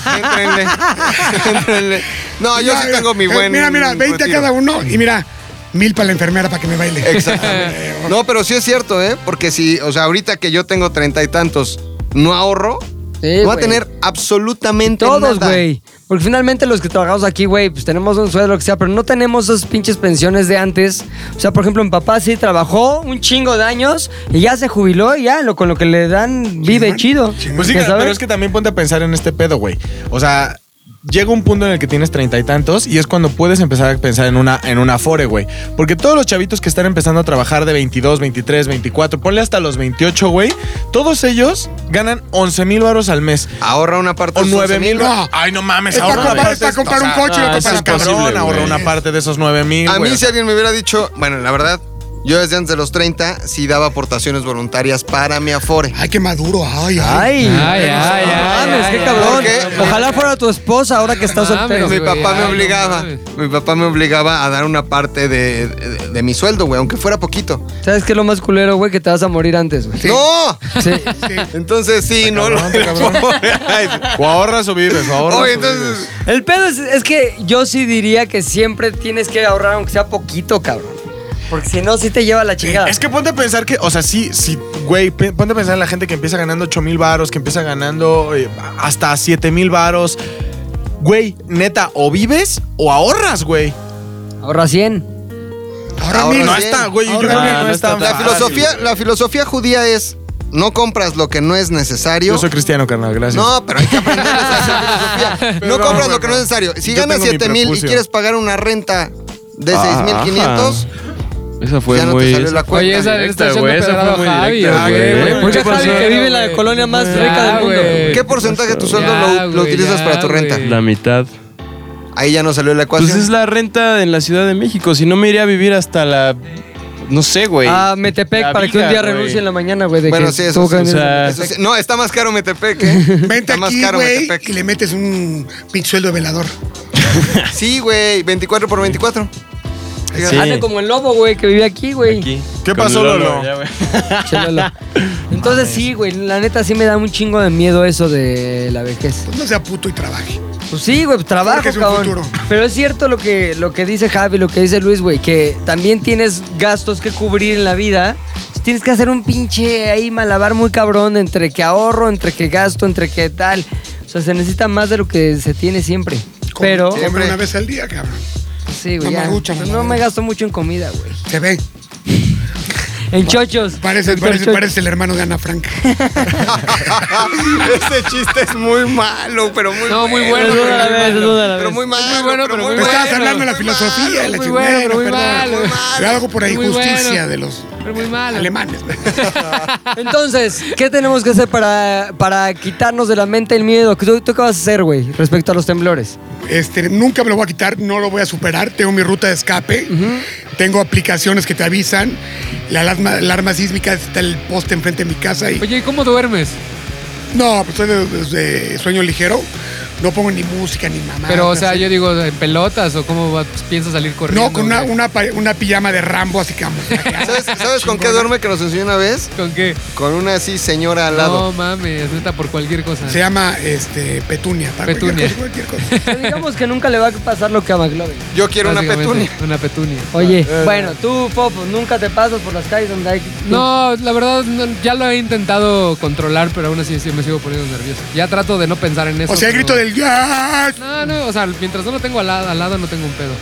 Speaker 3: (laughs)
Speaker 1: Éntrenle. Éntrenle. No, yo sí
Speaker 3: Mira,
Speaker 1: tengo mi
Speaker 3: eh,
Speaker 1: buen.
Speaker 3: Mira, mira, 20 a
Speaker 1: retiro.
Speaker 3: cada uno y mira, mil para la enfermera para que me baile.
Speaker 1: Exactamente. No, pero sí es cierto, ¿eh? Porque si, o sea, ahorita que yo tengo treinta y tantos, no ahorro,
Speaker 2: Sí,
Speaker 1: no va a
Speaker 2: güey.
Speaker 1: tener absolutamente
Speaker 2: Todos,
Speaker 1: nada.
Speaker 2: güey. Porque finalmente los que trabajamos aquí, güey, pues tenemos un sueldo, lo que sea, pero no tenemos esas pinches pensiones de antes. O sea, por ejemplo, mi papá sí trabajó un chingo de años y ya se jubiló y ya, lo, con lo que le dan vive chido.
Speaker 5: Pues sí,
Speaker 2: ¿Ya sabes?
Speaker 5: pero es que también ponte a pensar en este pedo, güey. O sea, llega un punto en el que tienes treinta y tantos y es cuando puedes empezar a pensar en una, en una fore, güey. Porque todos los chavitos que están empezando a trabajar de 22, 23, 24, ponle hasta los 28, güey, todos ellos ganan 11 mil varos al mes.
Speaker 1: Ahorra una parte
Speaker 5: O
Speaker 1: de sus
Speaker 5: 9 mil.
Speaker 1: 11,000.
Speaker 3: No.
Speaker 5: Ay, no mames,
Speaker 3: Es para
Speaker 5: ahorra una
Speaker 3: comprar-
Speaker 5: parte
Speaker 3: es para
Speaker 5: de-
Speaker 3: comprar un coche y
Speaker 5: no,
Speaker 3: otro
Speaker 5: eso
Speaker 3: para
Speaker 5: es
Speaker 3: el cabrón,
Speaker 5: imposible, ahorra
Speaker 3: güey.
Speaker 5: una parte de esos 9 mil.
Speaker 1: A
Speaker 5: güey. (laughs)
Speaker 1: mí, si alguien me hubiera dicho, bueno, la verdad, yo desde antes de los 30 sí daba aportaciones voluntarias para mi Afore.
Speaker 3: Ay, qué maduro, ay, ay.
Speaker 2: Ay,
Speaker 7: Ay, ay,
Speaker 2: no
Speaker 7: ay,
Speaker 2: mames,
Speaker 7: ay,
Speaker 2: qué
Speaker 7: ay,
Speaker 2: cabrón.
Speaker 1: ay, ay.
Speaker 2: Ojalá fuera tu esposa ahora que estás
Speaker 7: Mames,
Speaker 2: soltero.
Speaker 1: Mi
Speaker 7: güey,
Speaker 1: papá me
Speaker 7: ay, no
Speaker 1: obligaba,
Speaker 7: mames.
Speaker 1: mi papá me obligaba a dar una parte de, de- de mi sueldo, güey, aunque fuera poquito.
Speaker 2: ¿Sabes qué es lo más culero, güey? Que te vas a morir antes, güey.
Speaker 1: ¡No!
Speaker 2: Sí.
Speaker 1: Entonces sí, no lo. (laughs)
Speaker 5: (laughs) O ahorras o vives, o ahorras.
Speaker 1: Oye,
Speaker 5: o vives.
Speaker 1: entonces.
Speaker 2: (laughs) El pedo es, es que yo sí diría que siempre tienes que ahorrar, aunque sea poquito, cabrón. Porque si no, sí te lleva la chingada.
Speaker 5: Es que ponte a pensar que, o sea, sí, sí, güey, pe- ponte a pensar en la gente que empieza ganando 8 mil varos, que empieza ganando eh, hasta 7 mil varos. Güey, neta, o vives o ahorras, güey.
Speaker 2: Ahorra 100.
Speaker 3: Ahora
Speaker 1: Ahora
Speaker 3: mismo.
Speaker 5: No
Speaker 1: sí.
Speaker 5: está, güey. yo
Speaker 3: Ahorra
Speaker 5: creo que
Speaker 3: bien,
Speaker 5: no
Speaker 3: no
Speaker 5: es tan
Speaker 1: La
Speaker 5: fácil,
Speaker 1: filosofía,
Speaker 5: güey.
Speaker 1: la filosofía judía es no compras lo que no es necesario.
Speaker 5: Yo soy cristiano, carnal, gracias.
Speaker 1: No, pero hay que aprender esa filosofía. No
Speaker 5: Pero,
Speaker 1: compras
Speaker 5: bueno,
Speaker 1: lo que no es necesario. Si
Speaker 5: yo
Speaker 1: ganas
Speaker 5: tengo mi
Speaker 1: 7 mil y
Speaker 5: prepucio.
Speaker 1: quieres pagar una renta de 6,500,
Speaker 4: Esa fue
Speaker 1: ya no te
Speaker 4: muy.
Speaker 1: salió la cuenta.
Speaker 7: Oye, esa
Speaker 4: Directa,
Speaker 7: está
Speaker 4: güey,
Speaker 7: haciendo
Speaker 4: esa fue
Speaker 7: pedrada a
Speaker 4: muy
Speaker 7: Javi,
Speaker 4: directa,
Speaker 7: güey.
Speaker 4: güey.
Speaker 7: Mucho
Speaker 4: ¿Qué
Speaker 7: Javi
Speaker 4: pasó,
Speaker 7: que vive en la
Speaker 2: güey?
Speaker 7: colonia más
Speaker 2: Ya,
Speaker 7: rica del mundo.
Speaker 2: güey.
Speaker 1: ¿Qué porcentaje de tu sueldo
Speaker 7: Ya,
Speaker 1: lo, lo
Speaker 7: güey,
Speaker 1: utilizas
Speaker 7: ya,
Speaker 1: para tu renta?
Speaker 7: güey.
Speaker 4: La mitad.
Speaker 1: Ahí ya no salió la ecuación.
Speaker 4: Pues es la renta en la Ciudad de México. Si no, me iría a vivir hasta la. No sé, güey.
Speaker 2: Ah, Metepec,
Speaker 4: La
Speaker 2: para que un
Speaker 4: vida,
Speaker 2: día
Speaker 4: güey.
Speaker 2: renuncie en la mañana, güey. de
Speaker 1: bueno,
Speaker 2: que
Speaker 1: sí, eso,
Speaker 2: tuvo
Speaker 1: sí,
Speaker 2: que venir.
Speaker 4: o sea,
Speaker 1: eso sí. No, está más caro Metepec, ¿eh?
Speaker 3: (laughs) Vente
Speaker 1: está más
Speaker 3: aquí,
Speaker 1: caro
Speaker 3: güey, y
Speaker 1: Metepec.
Speaker 3: le metes un pinche sueldo de velador.
Speaker 1: Sí, güey, 24 por 24.
Speaker 4: Sí.
Speaker 2: Hazle como el lobo, güey, que vivía aquí, güey.
Speaker 4: Aquí,
Speaker 5: ¿Qué
Speaker 4: con
Speaker 5: pasó,
Speaker 2: (laughs)
Speaker 5: Lolo?
Speaker 4: ya, güey.
Speaker 2: Chelolo. Entonces sí, güey, la neta sí me da un chingo de miedo eso de la vejez.
Speaker 3: Pues no sea puto y trabaje.
Speaker 2: Pues sí, güey, pues trabajo,
Speaker 3: Porque es un
Speaker 2: cabrón.
Speaker 3: futuro.
Speaker 2: Pero es cierto lo que, lo que dice Javi, lo que dice Luis, güey, que también tienes gastos que cubrir en la vida. Tienes que hacer un pinche ahí malabar muy cabrón entre que ahorro, entre que gasto, entre que tal. O sea, se necesita más de lo que se tiene siempre.
Speaker 3: Come-
Speaker 2: Pero,
Speaker 3: come
Speaker 1: Siempre.
Speaker 3: una vez al día, cabrón.
Speaker 2: sí, güey, ya.
Speaker 3: Mamarucha,
Speaker 2: No
Speaker 3: mamarucha.
Speaker 2: me gasto mucho en comida, güey.
Speaker 3: Se ve.
Speaker 2: En chochos.
Speaker 3: Parece,
Speaker 2: En
Speaker 3: parece,
Speaker 2: chochos.
Speaker 3: parece el hermano de Ana Frank.
Speaker 1: Ese chiste es muy malo, pero muy
Speaker 7: No, muy bueno,
Speaker 2: Es una vez,
Speaker 7: pero muy
Speaker 2: es
Speaker 7: malo.
Speaker 2: una vez.
Speaker 1: Pero muy malo.
Speaker 7: muy bueno, pero muy
Speaker 3: Me estabas
Speaker 7: bueno,
Speaker 3: hablando de la
Speaker 1: muy
Speaker 3: filosofía, de la
Speaker 7: Muy
Speaker 3: chingada,
Speaker 7: bueno, pero muy
Speaker 3: perdón.
Speaker 7: malo.
Speaker 3: Era algo por ahí,
Speaker 7: Muy
Speaker 3: justicia
Speaker 7: bueno.
Speaker 3: de los
Speaker 7: Pero muy malo.
Speaker 3: alemanes. güey.
Speaker 2: Entonces, ¿qué tenemos que hacer para, para quitarnos de la mente el miedo? ¿Tú, tú qué vas a hacer, güey, respecto a los temblores? (laughs)
Speaker 3: Este, nunca me lo voy a quitar, no lo voy a superar. Tengo mi ruta de escape, tengo aplicaciones que te avisan. La alarma, alarma sísmica está el poste enfrente de mi casa. Y,
Speaker 7: Oye, ¿y cómo duermes?
Speaker 3: no, pues soy de, de- de sueño ligero. No pongo ni música ni mamá.
Speaker 7: Pero, o sea, yo digo, ¿en pelotas o cómo va- piensas salir corriendo?
Speaker 3: No, con una,
Speaker 7: güey?
Speaker 3: una, pa- una pijama de Rambo así
Speaker 7: (laughs)
Speaker 3: camuflajeada.
Speaker 1: ¿Sabes, sabes con qué duerme que nos enseñó una vez?
Speaker 7: ¿Con qué?
Speaker 1: Con una así señora al lado.
Speaker 7: No mames, neta, por cualquier cosa.
Speaker 3: Se llama este, Petunia. para
Speaker 7: Ah. Petunia.
Speaker 3: Cualquier cosa, cualquier cosa.
Speaker 2: Digamos que nunca le va a pasar lo que a McLovin.
Speaker 1: Yo quiero una
Speaker 7: Básicamente,
Speaker 1: petunia.
Speaker 7: Una petunia.
Speaker 2: Oye,
Speaker 4: Eh.
Speaker 2: bueno, tú, Popo, nunca te pasas por las calles donde hay...
Speaker 7: No, la verdad, no, ya lo he intentado controlar, pero aún así sí me sigo poniendo nervioso. Ya trato de no Ah. pensar en (laughs) eso.
Speaker 3: O sea, el
Speaker 7: pero-
Speaker 3: grito del gas.
Speaker 7: No, no, o sea, mientras no lo tengo al lado, al lado no tengo un pedo.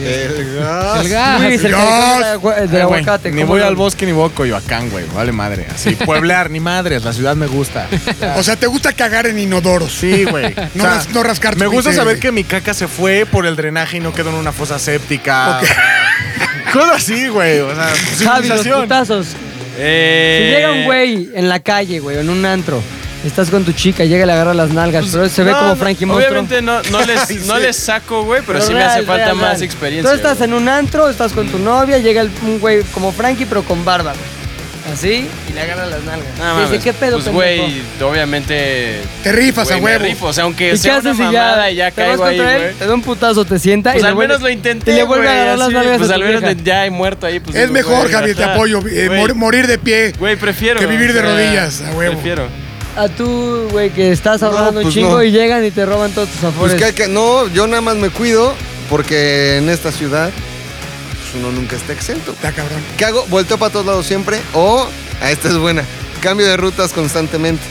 Speaker 7: Y ya.
Speaker 3: Ah,
Speaker 7: El gas.
Speaker 2: Luis, el que le come la agua-
Speaker 4: Eh,
Speaker 2: el del
Speaker 5: Ay, güey,
Speaker 2: aguacate.
Speaker 5: ni
Speaker 2: ¿cómo
Speaker 5: voy
Speaker 2: no?
Speaker 5: al bosque ni voy a Coyoacán, güey. Vale madre. Así, pueblear, ni madres. La ciudad me gusta.
Speaker 3: O sea, ¿te gusta cagar en inodoros?
Speaker 5: Sí, (laughs) güey.
Speaker 3: No ras- no rascarte
Speaker 5: Me
Speaker 3: tu
Speaker 5: gusta
Speaker 3: miseria.
Speaker 5: saber que mi caca se fue por el drenaje y no quedó en una fosa séptica. (laughs) Cosas así, güey. O sea,
Speaker 2: Javi, los
Speaker 5: civilización.
Speaker 4: Eh.
Speaker 2: putazos. Si llega un güey en la calle, güey, en un antro, Estás con tu chica, llega y le agarra las nalgas. pero se ve
Speaker 4: Pues, No,
Speaker 2: como
Speaker 4: no,
Speaker 2: Frankie Monstruo.
Speaker 4: Obviamente no, no,
Speaker 2: (laughs)
Speaker 4: les, no les saco, güey, pero sí me
Speaker 2: real,
Speaker 4: hace falta
Speaker 2: real,
Speaker 4: más
Speaker 2: real.
Speaker 4: experiencia.
Speaker 2: Tú estás en un antro, estás con tu novia, llega el- un güey como Frankie, pero con barba. Así, y le agarra las nalgas.
Speaker 4: No,
Speaker 2: Dice,
Speaker 4: mames,
Speaker 2: ¿qué pedo,
Speaker 4: Pues,
Speaker 2: pendejo?"
Speaker 4: güey, obviamente.
Speaker 3: Te rifas
Speaker 4: güey,
Speaker 3: a
Speaker 4: me
Speaker 3: huevo.
Speaker 4: rifo, o
Speaker 2: ¿Y
Speaker 4: sea, aunque
Speaker 2: qué
Speaker 4: sea una
Speaker 2: haces si
Speaker 4: mamada y ya
Speaker 2: te vas
Speaker 4: caigo ahí,
Speaker 2: contra él,
Speaker 4: güey.
Speaker 2: Te da un putazo, te sienta
Speaker 4: Pues
Speaker 2: y le
Speaker 4: al
Speaker 2: vuelve-
Speaker 4: menos lo intenté.
Speaker 2: Y le vuelve a
Speaker 4: güey,
Speaker 2: agarrar las
Speaker 4: así,
Speaker 2: nalgas.
Speaker 4: Pues
Speaker 2: a
Speaker 4: al
Speaker 2: tu
Speaker 4: menos
Speaker 2: vieja.
Speaker 4: ya he muerto ahí. Pues,
Speaker 3: Es
Speaker 4: digo,
Speaker 3: mejor,
Speaker 4: güey,
Speaker 3: Javier, te
Speaker 4: ajá.
Speaker 3: apoyo. eh,
Speaker 4: Güey,
Speaker 3: mor- morir de pie.
Speaker 4: Güey, prefiero.
Speaker 3: que vivir de rodillas, a huevo.
Speaker 4: Prefiero.
Speaker 2: A tú, güey, que estás ahorrando un
Speaker 1: pues
Speaker 2: chingo
Speaker 1: no.
Speaker 2: y llegan y te roban todos tus
Speaker 1: Pues
Speaker 2: afores.
Speaker 1: que hay que- no, yo nada más me cuido porque en esta ciudad pues, uno nunca está exento.
Speaker 3: Está cabrón.
Speaker 1: ¿Qué hago? Volteo para todos lados siempre o, ah, esta es buena, cambio de rutas constantemente.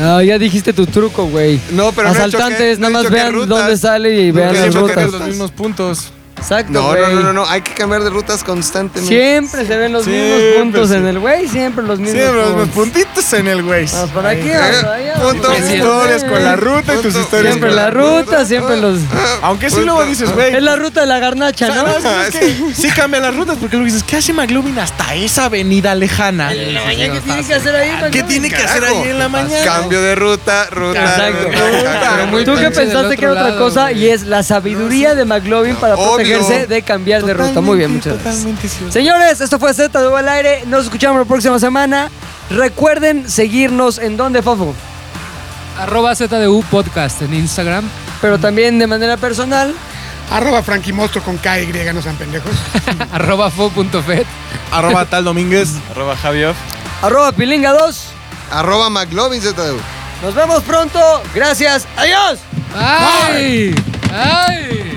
Speaker 2: Ah, ya dijiste tu truco, güey.
Speaker 1: No, pero no he dicho
Speaker 2: Asaltantes,
Speaker 1: que- no
Speaker 2: nada
Speaker 1: he
Speaker 2: más
Speaker 1: dicho que
Speaker 2: vean
Speaker 1: rutas.
Speaker 2: dónde sale y
Speaker 1: Nunca
Speaker 2: vean
Speaker 1: he
Speaker 2: las
Speaker 1: dicho que
Speaker 2: rutas.
Speaker 1: rutas.
Speaker 5: los mismos puntos.
Speaker 2: Exacto,
Speaker 1: No,
Speaker 2: güey.
Speaker 1: no, no, no, no, hay que cambiar de rutas constantemente.
Speaker 2: Siempre se ven los mismos
Speaker 5: Siempre
Speaker 2: puntos
Speaker 5: sí.
Speaker 2: en el güey, siempre los mismos
Speaker 5: Siempre los
Speaker 2: puntos.
Speaker 5: puntitos en el güey.
Speaker 2: Vamos por aquí,
Speaker 1: Eh,
Speaker 2: vamos por allá, vamos
Speaker 1: punto,
Speaker 2: por
Speaker 5: Tus
Speaker 2: allá.
Speaker 5: historias con la ruta y tus
Speaker 1: Punto.
Speaker 5: historias
Speaker 2: Siempre
Speaker 5: con
Speaker 2: la ruta, siempre los...
Speaker 5: Aunque sí luego dices, güey.
Speaker 2: Es la ruta de la garnacha, ¿no?
Speaker 5: ¿Sabes qué? Sí cambia las rutas porque luego dices, ¿qué hace McLovin hasta esa avenida lejana?
Speaker 2: ¿Qué tiene que hacer ahí?
Speaker 5: ¿Qué tiene que hacer ahí en la mañana?
Speaker 1: Cambio de ruta, ruta.
Speaker 2: Exacto.
Speaker 1: ruta,
Speaker 7: Pero muy
Speaker 2: ¿Tú qué
Speaker 7: pinche del
Speaker 2: pensaste
Speaker 7: otro
Speaker 2: que era otra
Speaker 7: lado,
Speaker 2: cosa?
Speaker 7: güey.
Speaker 2: Y es la sabiduría de McLovin para protegerse
Speaker 1: Obvio.
Speaker 2: de cambiar de ruta. Muy bien, muchas gracias.
Speaker 5: Totalmente cierto.
Speaker 2: Señores, esto fue Z de al aire. Nos escuchamos la próxima semana. Recuerden seguirnos en donde, Fofo.
Speaker 7: Arroba ZDU Podcast en Instagram. (laughs)
Speaker 2: Pero también de manera personal.
Speaker 3: Arroba Frankie Monstruo con KY, no sean pendejos.
Speaker 7: arroba fo.fed.
Speaker 5: Arroba tal Domínguez.
Speaker 4: Arroba Javioff.
Speaker 2: Arroba Pilinga 2.
Speaker 1: Arroba McLovin ZDU.
Speaker 2: Nos vemos pronto. Gracias. Adiós.
Speaker 7: ¡Ay! ¡Ay!